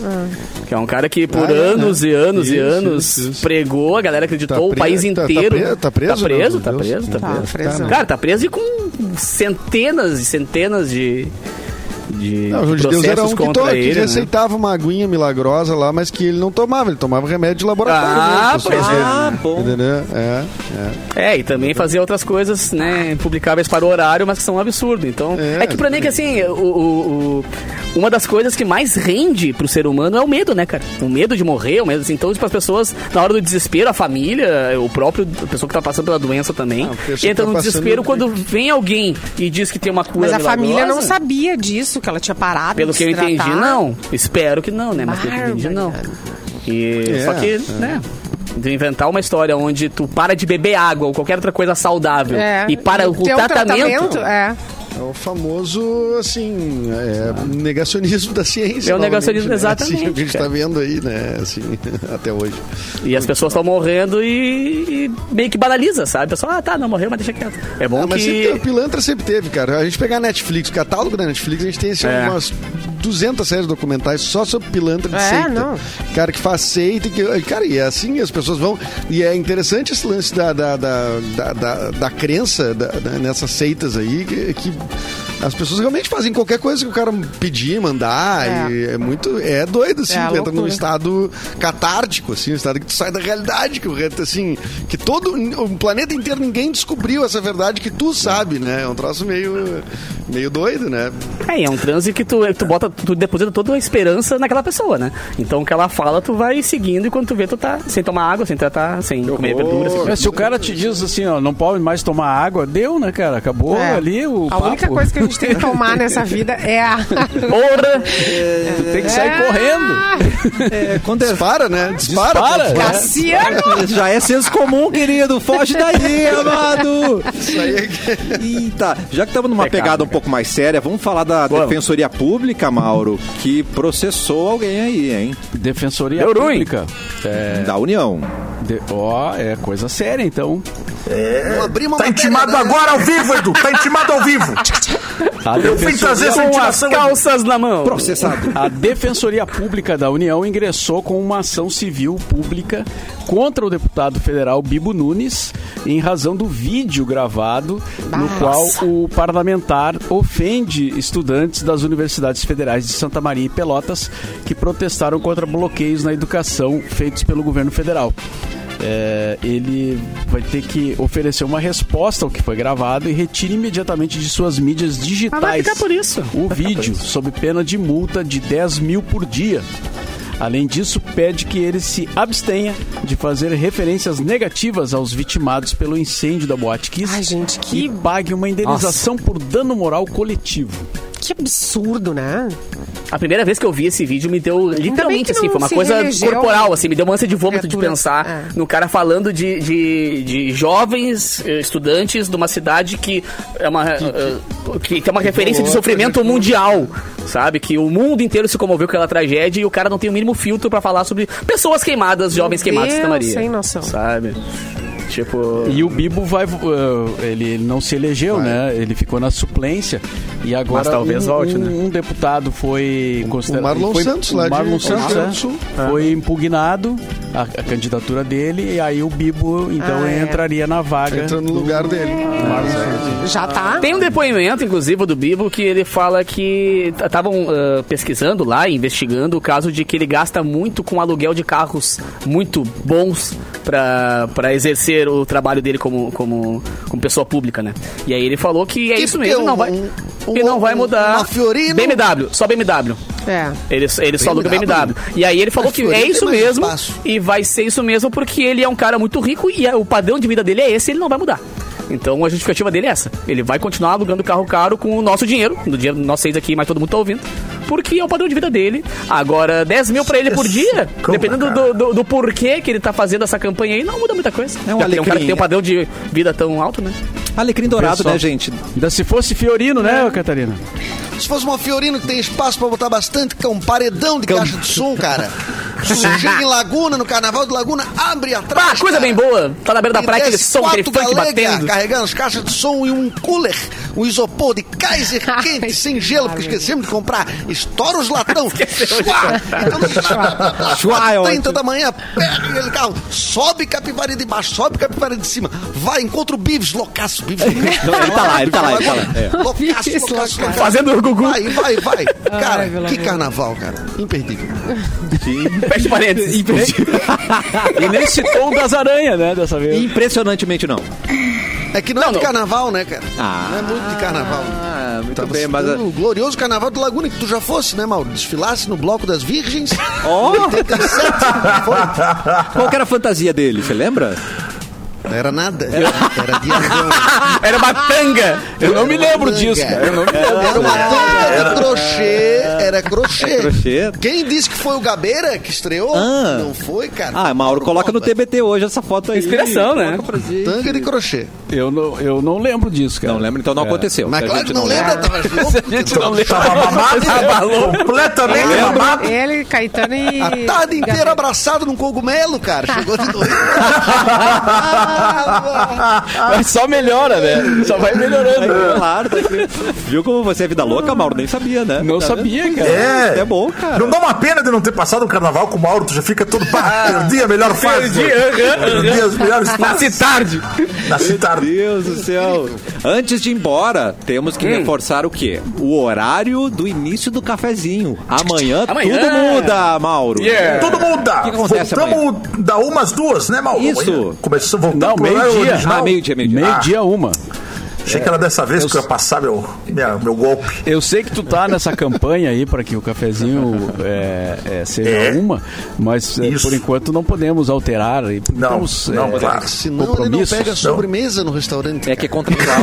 Speaker 3: Que é um cara que por
Speaker 5: Ah, é,
Speaker 3: anos e anos e
Speaker 5: Isso,
Speaker 3: anos
Speaker 5: isso, isso.
Speaker 3: pregou, a galera acreditou,
Speaker 5: Tá
Speaker 3: o país
Speaker 5: pre- tá- tá
Speaker 3: inteiro.
Speaker 5: pre- tá preso,
Speaker 3: Tá
Speaker 5: né,
Speaker 3: preso,
Speaker 5: João de
Speaker 3: tá
Speaker 5: Deus?
Speaker 3: preso, tá
Speaker 5: Tá
Speaker 3: preso.
Speaker 5: preso.
Speaker 3: Cara, tá preso e com centenas e centenas de. De,
Speaker 5: Não, o João
Speaker 3: de
Speaker 5: de Deus era
Speaker 3: processos
Speaker 5: um que, to,
Speaker 3: contra
Speaker 5: que
Speaker 3: ele.
Speaker 5: ele
Speaker 3: né?
Speaker 5: aceitava uma aguinha milagrosa lá, mas que ele não tomava, ele tomava remédio de laboratório.
Speaker 3: Ah,
Speaker 5: mesmo, pessoal.
Speaker 3: pois é.
Speaker 1: Ah, bom.
Speaker 5: Entendeu? É, é.
Speaker 3: É, e também fazer outras coisas, né, publicáveis para o horário, mas que são um absurdo. Então, é,
Speaker 5: É,
Speaker 3: que pra mim é que assim, o, o- o- uma das coisas que mais rende pro ser humano é o medo, né, cara? O medo de morrer, o medo assim. Então, tipo, as pessoas, na hora do desespero, a família, o próprio, a pessoa que tá passando pela doença também,
Speaker 5: a pessoa que
Speaker 3: entra
Speaker 5: tá
Speaker 3: no
Speaker 5: passando-
Speaker 3: desespero quando vem alguém e diz que tem uma cura
Speaker 2: Mas a família não
Speaker 3: milagrosa.
Speaker 2: sabia disso, que ela tinha parado.
Speaker 3: Pelo
Speaker 2: de
Speaker 3: que eu
Speaker 2: se
Speaker 3: entendi,
Speaker 2: tratar.
Speaker 3: não. Espero que não, né? Mas pelo que eu entendi, não. E,
Speaker 5: É,
Speaker 3: só que, né? De inventar uma história onde tu para de beber água ou qualquer outra coisa saudável
Speaker 2: É.
Speaker 3: e para o
Speaker 2: Tem um
Speaker 3: tratamento.
Speaker 2: é.
Speaker 5: É o famoso, assim, é, negacionismo da ciência.
Speaker 3: É o
Speaker 5: novamente,
Speaker 3: negacionismo,
Speaker 5: né?
Speaker 3: exatamente,
Speaker 5: Assim, o que a gente
Speaker 3: cara.
Speaker 5: tá vendo aí, né? Assim, até hoje.
Speaker 3: E as pessoas estão morrendo e, e meio que banaliza, sabe? O pessoal, ah, tá, não morreu, mas deixa quieto. É bom
Speaker 5: Ah, mas sempre teve,
Speaker 3: que.
Speaker 5: o pilantra sempre teve, cara. A gente pegar a Netflix, o catálogo da Netflix, a gente tem assim,
Speaker 3: É.
Speaker 5: umas 200 séries documentais só sobre pilantra de
Speaker 2: É,
Speaker 5: seita.
Speaker 2: não.
Speaker 5: Cara que faz seita. e Que, cara, e é assim, as pessoas vão. E é interessante esse lance da, da, da, da, da- da crença da- da- nessas seitas aí, que. que as pessoas realmente fazem qualquer coisa que o cara pedir, mandar.
Speaker 2: É.
Speaker 5: e É, muito. É doido, assim.
Speaker 2: É a
Speaker 5: tu entra num
Speaker 2: loucura.
Speaker 5: estado catártico, assim, um estado que tu sai da realidade, que o resto, assim, que todo o planeta inteiro ninguém descobriu essa verdade que tu sabe, né? É um troço meio, meio doido, né?
Speaker 3: É, é um transe que tu, tu bota, tu deposita toda a esperança naquela pessoa, né? Então o que ela fala, tu vai seguindo e quando tu vê, tu tá sem tomar água, sem tratar, sem comer verdura. sem-
Speaker 6: Mas se o cara te diz assim, ó, não pode mais tomar água, deu, né, cara? Acabou
Speaker 2: É.
Speaker 6: ali o
Speaker 2: A
Speaker 6: papo.
Speaker 2: única coisa que a gente tem que tomar nessa vida é a.
Speaker 3: Tá. Porra!
Speaker 6: Tem que sair correndo.
Speaker 1: É, quando é-
Speaker 5: Dispara, né? Dispara.
Speaker 6: Dispara.
Speaker 5: pô.
Speaker 2: Cassiano!
Speaker 1: Já é senso comum, querido. Foge daí, amado.
Speaker 5: Isso aí é que-
Speaker 1: Eita, já que estamos numa
Speaker 3: Pecado,
Speaker 1: pegada um
Speaker 3: cara.
Speaker 1: pouco mais séria, vamos falar da
Speaker 3: Vamos.
Speaker 1: Defensoria Pública, Mauro, que processou alguém aí, hein?
Speaker 6: Defensoria
Speaker 3: Deu ruim.
Speaker 6: Pública. É,
Speaker 1: Da União.
Speaker 6: de- ó, é coisa séria, então.
Speaker 5: Vamos abrir uma
Speaker 7: Tá
Speaker 5: matéria,
Speaker 7: intimado
Speaker 5: né?
Speaker 7: agora ao vivo, Edu. Tá intimado ao vivo.
Speaker 6: A
Speaker 7: Eu vim trazer essa
Speaker 3: Com as
Speaker 7: intimação.
Speaker 3: calças na mão.
Speaker 1: Processado.
Speaker 6: A Defensoria Pública da União ingressou com uma ação civil pública contra o deputado federal Bibo Nunes em razão do vídeo gravado no qual o parlamentar ofende estudantes das universidades federais de Santa Maria e Pelotas que protestaram contra bloqueios na educação feitos pelo governo federal. é, ele vai ter que oferecer uma resposta ao que foi gravado e retire imediatamente de suas mídias digitais
Speaker 3: Mas vai ficar por isso.
Speaker 6: o
Speaker 3: Vai ficar por
Speaker 6: vídeo,
Speaker 3: isso.
Speaker 6: sob pena de multa de 10 mil por dia. Além disso, pede que ele se abstenha de fazer referências negativas aos vitimados pelo incêndio da Boate Kiss
Speaker 2: Ai, gente, que-
Speaker 6: e pague uma indenização por dano moral coletivo.
Speaker 2: Que absurdo, né?
Speaker 3: A primeira vez que eu vi esse vídeo me deu
Speaker 2: bem que
Speaker 3: literalmente assim,
Speaker 2: não
Speaker 3: foi uma
Speaker 2: se
Speaker 3: coisa
Speaker 2: reelegeu.
Speaker 3: corporal, assim, me deu uma ânsia de vômito de
Speaker 2: Criatura.
Speaker 3: pensar
Speaker 2: É.
Speaker 3: no cara falando de, de, de jovens eh, estudantes de uma cidade que é uma eh, que tem uma referência de sofrimento mundial, sabe? Que o mundo inteiro se comoveu com aquela tragédia e o cara não tem o mínimo filtro pra falar sobre pessoas queimadas, jovens queimados
Speaker 2: Deus,
Speaker 3: da Maria.
Speaker 2: sem noção.
Speaker 3: Sabe? Tipo,
Speaker 6: E o Bibo vai. uh, ele, ele não se elegeu, né? Ele ficou na suplência. E agora.
Speaker 3: Mas talvez
Speaker 6: um,
Speaker 3: volte,
Speaker 6: um-
Speaker 3: né?
Speaker 6: Um deputado foi considerado.
Speaker 11: o Marlon
Speaker 6: foi,
Speaker 11: Santos,
Speaker 6: o
Speaker 11: lá de
Speaker 6: Marlon
Speaker 11: Rio
Speaker 6: Santos,
Speaker 11: Grande do
Speaker 6: né?
Speaker 11: Sul.
Speaker 6: Foi impugnado a, a candidatura dele. E aí o Bibo, então,
Speaker 2: Ah, é.
Speaker 6: entraria na
Speaker 5: né?
Speaker 6: vaga.
Speaker 11: Entrando no lugar dele.
Speaker 6: Uhum.
Speaker 2: Já tá?
Speaker 3: Tem um depoimento, inclusive, do Bibo que ele fala que estavam pesquisando lá, investigando o caso de que ele gasta muito com aluguel de carros muito bons pra pra exercer o trabalho dele como, como, como pessoa pública, né? E aí ele falou que é
Speaker 11: Que
Speaker 3: isso mesmo,
Speaker 11: um-
Speaker 3: não vai,
Speaker 11: um-
Speaker 3: que não vai
Speaker 11: um-
Speaker 3: mudar.
Speaker 11: uma Fiorino?
Speaker 3: BMW, só BMW.
Speaker 2: É.
Speaker 3: Ele, ele só aluga
Speaker 11: BMW?
Speaker 3: BMW. E aí ele falou
Speaker 11: Mas
Speaker 3: que
Speaker 11: Floripa
Speaker 3: é isso
Speaker 11: tem mais
Speaker 3: mesmo.
Speaker 11: espaço.
Speaker 3: E vai ser isso mesmo porque ele é um cara muito rico e é- o padrão de vida dele é esse, ele não vai mudar. Então a justificativa dele é essa. Ele vai continuar alugando carro caro com o nosso dinheiro, do dinheiro de nós seis aqui, mas todo mundo tá ouvindo. Porque é o padrão de vida dele. Agora, 10 mil pra ele por dia,
Speaker 7: socão,
Speaker 3: dependendo
Speaker 7: cara.
Speaker 3: do, do, do porquê que ele tá fazendo essa campanha aí, não muda muita coisa.
Speaker 1: É um
Speaker 3: Já que um cara que
Speaker 1: alecrim.
Speaker 3: tem um padrão de vida tão alto, né?
Speaker 1: Alecrim dourado,
Speaker 6: Pessoal.
Speaker 1: né, gente?
Speaker 6: Ainda se fosse Fiorino, né, Catarina?
Speaker 11: Se fosse uma Fiorino que tem espaço pra botar bastante, que é um paredão de caixa de som, cara. Chega em Laguna, no Carnaval de Laguna, abre atrás.
Speaker 3: Ah, coisa
Speaker 11: cara.
Speaker 3: bem boa. Tá na beira da
Speaker 11: E
Speaker 3: praia, aquele
Speaker 11: desce
Speaker 3: som, aquele
Speaker 11: quatro
Speaker 3: funk
Speaker 11: galega
Speaker 3: batendo.
Speaker 11: Carregando as caixas de som e um cooler, um isopor de Kaiser quente, sem gelo, porque esquecemos de comprar. Estoura os latão. Chua! Então,
Speaker 1: Chua, é
Speaker 11: às
Speaker 1: ótimo.
Speaker 11: 30 da manhã, pega aquele carro, sobe Capivari de baixo, sobe Capivari de cima, vai, encontra o Bives, loucaço, Bives.
Speaker 1: Não, ele tá lá, ele tá lá, ele tá lá. É.
Speaker 11: Loucaço,
Speaker 2: Bives,
Speaker 11: loucaço,
Speaker 2: loucaço.
Speaker 11: loucaço.
Speaker 3: Fazendo o Gugu.
Speaker 11: Vai, vai, vai. Cara,
Speaker 2: pelo
Speaker 11: que
Speaker 2: amor.
Speaker 11: carnaval, cara. Imperdível.
Speaker 3: Fecha parênteses.
Speaker 6: E nem citou o das aranhas, né, dessa vez.
Speaker 1: Impressionantemente não.
Speaker 11: É que não,
Speaker 3: Não,
Speaker 11: é de
Speaker 3: não.
Speaker 11: carnaval, né, cara?
Speaker 1: Ah.
Speaker 11: Não é muito de carnaval.
Speaker 1: Ah, muito
Speaker 11: Tava
Speaker 1: bem, mas...
Speaker 11: citando O glorioso carnaval de Laguna, que tu já fosse, né, Mauro? Desfilasse no Bloco das Virgens.
Speaker 1: Oh,
Speaker 11: 87.
Speaker 1: qual que era a fantasia dele, você lembra?
Speaker 11: Não era nada. Era de avião.
Speaker 3: Era uma tanga.
Speaker 6: Eu não me lembro disso, cara. Eu não me lembro.
Speaker 11: Era uma tanga de crochê. Era crochê.
Speaker 1: É crochê.
Speaker 11: Quem disse que foi o Gabeira que estreou?
Speaker 1: Ah.
Speaker 11: Não foi, cara.
Speaker 1: Ah, Mauro, coloca no TBT hoje essa foto aí.
Speaker 3: Inspiração, né?
Speaker 1: Coloca pra gente.
Speaker 11: Tanga de crochê.
Speaker 6: Eu não, eu não lembro disso, cara.
Speaker 1: Não lembro, então não aconteceu.
Speaker 11: Mas
Speaker 1: A
Speaker 11: claro
Speaker 1: gente
Speaker 11: que não lembra, tava louco.
Speaker 7: Tava mamado,
Speaker 3: Abalou.
Speaker 7: completamente mamado.
Speaker 2: Ele, Caetano e.
Speaker 11: A
Speaker 8: Tá.
Speaker 11: tarde inteira abraçado num cogumelo, cara. Chegou de noite.
Speaker 6: Mas só melhora, né? Só vai melhorando.
Speaker 1: Aí, claro, tá escrito. Viu como você é vida louca, Mauro? Nem sabia, né?
Speaker 6: Não
Speaker 1: Tá
Speaker 6: sabia,
Speaker 1: vendo?
Speaker 6: cara.
Speaker 1: É. É bom, cara.
Speaker 7: Não dá uma pena de não ter passado um carnaval com o Mauro, tu já fica todo. Pá, perdi a melhor fase. Perdi as melhores fases.
Speaker 3: tarde.
Speaker 7: Nasci
Speaker 1: Meu
Speaker 7: tarde.
Speaker 1: Deus do céu. Antes de ir embora, temos que reforçar o quê? O horário do início do cafezinho. Amanhã,
Speaker 3: Amanhã.
Speaker 1: tudo muda, Mauro.
Speaker 3: Yeah.
Speaker 7: Todo mundo dá.
Speaker 1: O que que acontece
Speaker 7: Voltamos da umas duas, né, Mauro?
Speaker 1: Isso.
Speaker 7: Começou, voltamos
Speaker 6: Não,
Speaker 7: pro horário
Speaker 6: meio-dia.
Speaker 7: original.
Speaker 1: Ah, meio-dia, meio-dia.
Speaker 6: Meio-dia
Speaker 11: Ah.
Speaker 6: uma.
Speaker 7: Achei que era dessa vez que eu ia passar meu, minha- meu golpe.
Speaker 6: Eu sei que tu tá nessa campanha aí para que o cafezinho é, é, seja
Speaker 7: É.
Speaker 6: uma, mas é,
Speaker 7: Isso.
Speaker 6: por enquanto não podemos alterar. E
Speaker 7: Não,
Speaker 6: temos, é,
Speaker 7: não, claro.
Speaker 11: Senão ele não
Speaker 6: compromissos.
Speaker 11: pega sobremesa no restaurante.
Speaker 1: É que é contratual.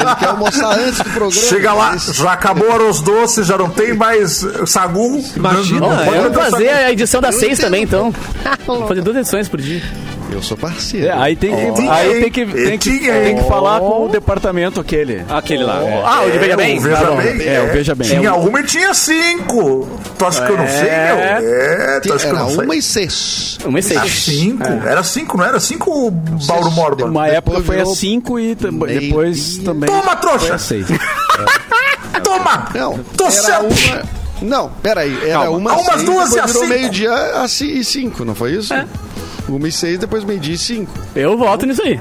Speaker 11: Ele quer almoçar antes do programa.
Speaker 7: Chega lá,
Speaker 11: Isso.
Speaker 7: já acabou os doces, já não tem mais eh, sagu.
Speaker 1: Imagina,
Speaker 7: Não, não pode
Speaker 1: eu
Speaker 3: Vamos
Speaker 7: botar
Speaker 3: fazer
Speaker 7: sagu.
Speaker 3: a edição das seis também, então. Vou fazer duas edições por dia.
Speaker 11: Eu sou parceiro.
Speaker 6: É, aí tem que,
Speaker 7: Tinha,
Speaker 6: aí
Speaker 7: hein?
Speaker 6: tem que, tem que,
Speaker 7: Tinha, hein?
Speaker 6: tem que falar com o departamento aquele.
Speaker 1: Aquele lá. é.
Speaker 3: Ah, o de
Speaker 7: É,
Speaker 3: Benjamin.
Speaker 7: o Veja
Speaker 6: Não,
Speaker 7: Bem,
Speaker 6: é, o Veja Bem.
Speaker 7: Tinha
Speaker 6: É o-
Speaker 7: uma e tinha cinco. Tu acha que eu não sei, meu? É, tu acha que eu
Speaker 11: Era
Speaker 7: não sei?
Speaker 11: uma e seis.
Speaker 3: Uma e
Speaker 7: Era
Speaker 3: seis.
Speaker 7: cinco? É. Era cinco, não era? Cinco, Bauro Morba.
Speaker 6: Uma época foi a
Speaker 11: virou
Speaker 7: assim.
Speaker 6: 5 e tam-
Speaker 11: meio-dia.
Speaker 6: depois também
Speaker 7: Toma,
Speaker 6: foi a
Speaker 7: trouxa!
Speaker 6: 6.
Speaker 7: Toma!
Speaker 11: Não,
Speaker 7: Tô
Speaker 11: era
Speaker 7: certo!
Speaker 11: uma... Não, peraí, era
Speaker 6: Calma.
Speaker 11: uma
Speaker 7: Ah, umas
Speaker 11: seis,
Speaker 7: duas e É.
Speaker 11: depois
Speaker 7: a
Speaker 11: virou
Speaker 7: cinco.
Speaker 11: meio-dia a si- e cinco, não foi isso? Uma e seis, depois meio-dia e cinco.
Speaker 3: Eu voto nisso aí.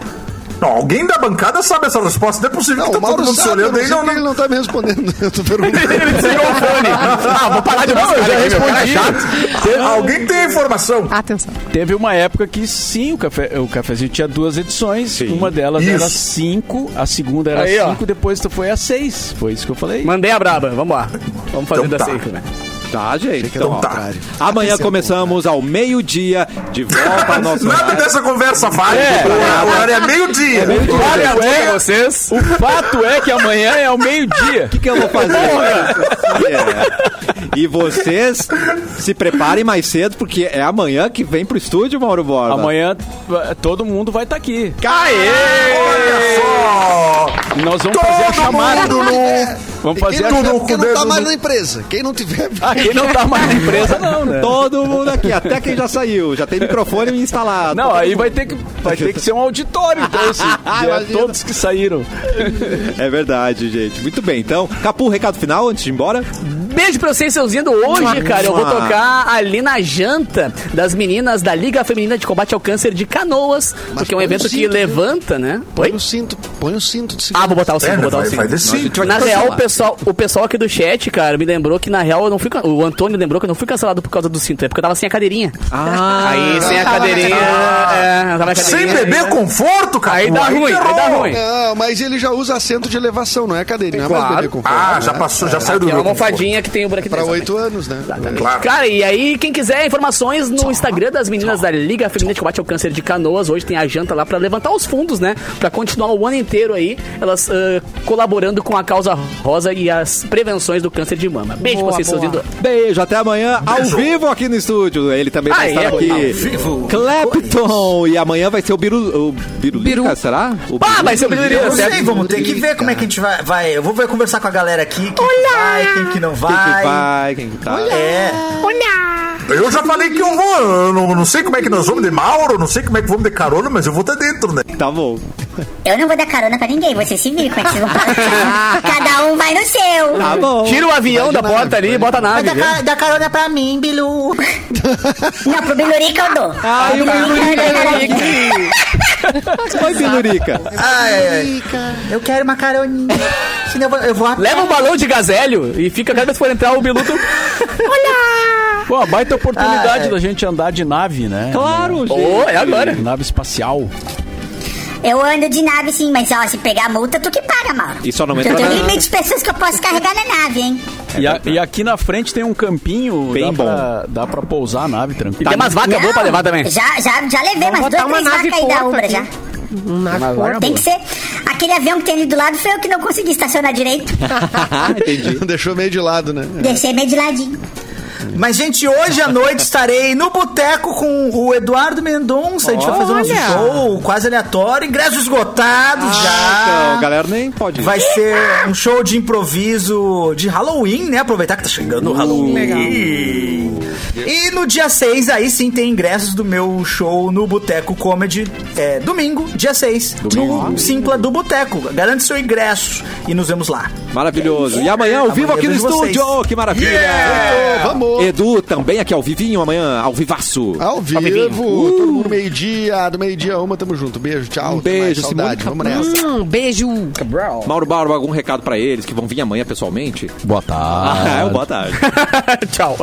Speaker 7: Não, alguém da bancada sabe essa resposta. Não é possível
Speaker 5: Não,
Speaker 7: que
Speaker 5: o
Speaker 7: tá todo
Speaker 5: Mauro
Speaker 7: mundo se
Speaker 5: sabe, eu
Speaker 7: olhando
Speaker 5: não
Speaker 7: aí.
Speaker 5: sei
Speaker 7: Não, né?
Speaker 5: porque ele
Speaker 7: não.
Speaker 5: não tá me respondendo. Eu tô perguntando.
Speaker 3: Ele desligou o fone. Ah, vou parar de
Speaker 7: Não, eu
Speaker 3: buscar.
Speaker 7: já
Speaker 3: aqui, meu cara é
Speaker 7: respondi.
Speaker 3: chato.
Speaker 7: tá. Alguém tem a informação.
Speaker 2: Atenção.
Speaker 6: Teve uma época que sim, o, café, o cafezinho tinha duas edições. Uma delas
Speaker 7: Isso.
Speaker 6: era cinco, a segunda era
Speaker 3: Aí, ó.
Speaker 6: cinco, depois tu foi a seis. Foi isso que eu falei.
Speaker 3: Mandei a braba, vamos lá. Vamos fazer
Speaker 7: Então
Speaker 3: da
Speaker 7: tá.
Speaker 3: seca, né?
Speaker 1: Tá, gente. Então,
Speaker 7: Então
Speaker 1: ó,
Speaker 7: tá.
Speaker 1: amanhã começamos ao meio-dia, de volta ao nosso
Speaker 7: Nada
Speaker 1: horário.
Speaker 7: dessa conversa vale.
Speaker 6: É.
Speaker 7: O horário é meio-dia.
Speaker 3: Olha a
Speaker 6: Ué.
Speaker 3: dica vocês.
Speaker 6: O fato é que amanhã é ao
Speaker 3: Ah,
Speaker 6: meio-dia.
Speaker 1: O que eu vou fazer? É. E vocês se preparem mais cedo, porque é amanhã que vem pro estúdio, Mauro
Speaker 3: tá.
Speaker 1: Borba.
Speaker 6: Amanhã eh, todo mundo vai estar aqui.
Speaker 7: Olha só.
Speaker 6: Nós vamos fazer a
Speaker 7: Todo
Speaker 6: chamada.
Speaker 7: mundo tá no...
Speaker 6: Vamos fazer a
Speaker 5: Quem não,
Speaker 6: chamada.
Speaker 7: Tudo
Speaker 5: tiver, É, porque
Speaker 7: com
Speaker 5: não tá
Speaker 7: dedo
Speaker 5: mais
Speaker 7: no-
Speaker 5: na empresa. Quem não tiver,
Speaker 6: Ah, quem não tá mais na empresa, não, né?
Speaker 1: Todo mundo aqui, até quem já saiu, já tem microfone instalado.
Speaker 6: Não, aí vai ter que, vai ter que ser um auditório, então, assim. é
Speaker 1: Imagina.
Speaker 6: todos que saíram.
Speaker 1: É verdade, gente. Muito bem, então. Capu, recado final antes de ir embora?
Speaker 3: Beijo pra vocês, seus indo. Hoje, cara, eu vou tocar ali na janta das meninas da Liga Feminina de Combate ao Câncer de Canoas, porque é um
Speaker 5: põe
Speaker 3: evento
Speaker 5: o
Speaker 3: que
Speaker 5: cinto, viu?
Speaker 3: levanta, né?
Speaker 5: põe
Speaker 3: Oi?
Speaker 5: o cinto. Põe o cinto de
Speaker 3: Ah,
Speaker 5: segurança.
Speaker 3: vou botar o
Speaker 7: É,
Speaker 3: cinto, vou botar o
Speaker 7: vai, vai Então
Speaker 3: cinto.
Speaker 7: descer.
Speaker 3: Na real,
Speaker 7: tá.
Speaker 3: o pessoal, o pessoal aqui do chat, cara, me lembrou que, na real, eu não fui. can- O Antônio lembrou que eu não fui cancelado por causa do cinto, é porque eu tava sem a cadeirinha.
Speaker 1: Ah,
Speaker 3: aí, sem a cadeirinha. é, eu tava na
Speaker 7: Sem
Speaker 3: cadeirinha,
Speaker 7: beber
Speaker 3: aí,
Speaker 7: conforto, cara.
Speaker 3: Aí dá ruim, aí
Speaker 7: ferrou.
Speaker 3: dá ruim.
Speaker 5: Não, Ah, mas ele já usa assento de elevação, não é cadeirinha. Não é
Speaker 3: Claro.
Speaker 5: mais bebê com
Speaker 7: Ah,
Speaker 5: fome,
Speaker 7: já
Speaker 5: né?
Speaker 7: passou, já saiu do
Speaker 3: Tem
Speaker 7: meu
Speaker 3: uma
Speaker 7: conforto.
Speaker 3: almofadinha que tem o buraquinho
Speaker 5: Pra
Speaker 3: dentro.
Speaker 5: oito anos, né?
Speaker 7: Claro.
Speaker 3: Cara, e aí, quem quiser informações no Instagram das meninas da Liga Feminina de Combate ao Câncer de Canoas, hoje tem a janta lá pra levantar os fundos, né? Pra continuar o ano inteiro aí, elas ah, colaborando com a causa rosa e as prevenções do câncer de mama. Beijo
Speaker 2: Boa,
Speaker 3: pra vocês, seus
Speaker 2: boa.
Speaker 3: lindos.
Speaker 1: Beijo, até amanhã,
Speaker 7: Beijo.
Speaker 1: ao vivo aqui no estúdio. Ele também vai
Speaker 3: Ah,
Speaker 1: estar
Speaker 3: é?
Speaker 1: aqui.
Speaker 3: Ao
Speaker 1: vivo. Clepton. E amanhã vai ser o Biru. O Birulica,
Speaker 2: Biru.
Speaker 1: será? O
Speaker 3: Ah, vai ser o
Speaker 1: Birulica.
Speaker 3: Birulica.
Speaker 4: Eu não sei, vamos ter que ver como é que a gente vai. vai eu vou ver conversar com a galera aqui. Quem que vai, quem que não
Speaker 1: Quem
Speaker 4: vai.
Speaker 1: que vai, quem que tá.
Speaker 4: É.
Speaker 7: Eu já falei que eu vou. Eu não, não sei como é que nós vamos de Mauro, não sei como é que vamos de carona, mas eu vou estar dentro, né?
Speaker 1: Tá bom.
Speaker 8: Eu não vou dar carona pra ninguém, vocês se viram como é que vocês vão falar. Cada um vai no seu.
Speaker 1: Tá bom.
Speaker 3: Tira o avião da porta ali, bota a
Speaker 4: Vai
Speaker 3: nave.
Speaker 4: dar,
Speaker 3: né?
Speaker 4: ca- dar carona pra mim, Bilu.
Speaker 8: Não, pro Bilurica eu dou.
Speaker 2: Ah,
Speaker 1: Ai, o Bilurica,
Speaker 8: eu dou carona.
Speaker 1: Oi, Bilurica.
Speaker 4: Ai, ai. Eu quero uma caroninha. Senão eu vou, eu vou a
Speaker 3: Leva um balão de gazélio e fica cada vez que for entrar o biluto.
Speaker 6: Pô, a baita oportunidade
Speaker 4: Ah, é.
Speaker 6: da gente andar de nave, né?
Speaker 1: Claro, gente.
Speaker 3: Ô, é agora.
Speaker 6: Nave espacial.
Speaker 8: Eu ando de nave sim, mas ó, se pegar a multa, tu que paga, Mauro.
Speaker 1: E só não
Speaker 8: Eu
Speaker 1: entra
Speaker 8: tenho um
Speaker 1: na-
Speaker 8: limite de pessoas que eu posso carregar na nave, hein?
Speaker 6: E, a- e aqui na frente tem um campinho.
Speaker 1: Bem
Speaker 6: dá Pra, dá pra pousar a nave
Speaker 3: E
Speaker 6: tranquilo.
Speaker 3: tem umas vacas boas pra levar também.
Speaker 8: Já, já, já levei umas
Speaker 2: botar
Speaker 8: duas, três
Speaker 2: uma nave
Speaker 8: vacas aí da
Speaker 2: porca
Speaker 8: Umbra
Speaker 2: aqui.
Speaker 8: já.
Speaker 2: Um nave porco.
Speaker 8: Tem que ser. Aquele avião que tem ali do lado foi eu que não consegui estacionar direito.
Speaker 1: Ah, entendi.
Speaker 5: Deixou meio de lado, né?
Speaker 8: Deixei meio de ladinho.
Speaker 4: Mas, gente, hoje à noite estarei no boteco com o Eduardo Mendonça. A gente vai fazer um
Speaker 2: Olha!
Speaker 4: show quase aleatório, ingressos esgotados
Speaker 1: Então, a
Speaker 4: já.
Speaker 1: galera nem pode ir.
Speaker 4: Vai ser um show de improviso de Halloween, né? Aproveitar que tá chegando o Halloween. E no dia 6, aí sim, tem ingressos do meu show no Boteco Comedy. É, domingo, dia 6. No Simpla do Boteco. Garante seu ingresso e nos vemos lá.
Speaker 1: Maravilhoso. E amanhã ao vivo
Speaker 4: Amanhã
Speaker 1: aqui no
Speaker 3: é
Speaker 4: vejo vocês.
Speaker 1: estúdio. Que maravilha.
Speaker 5: Vamos!
Speaker 1: Edu também aqui ao vivinho amanhã, ao vivaço.
Speaker 3: Ah,
Speaker 5: Ao vivo, todo mundo meio-dia, do meio-dia a uma, tamo junto. Beijo, tchau.
Speaker 1: Uh! Um
Speaker 5: até mais,
Speaker 1: beijo,
Speaker 5: saudade,
Speaker 1: Simone
Speaker 5: vamos nessa.
Speaker 2: Hum, beijo.
Speaker 1: Mauro Barba, algum recado pra eles que vão vir amanhã pessoalmente?
Speaker 6: Boa tarde.
Speaker 1: Ah, é, boa tarde.
Speaker 3: Tchau.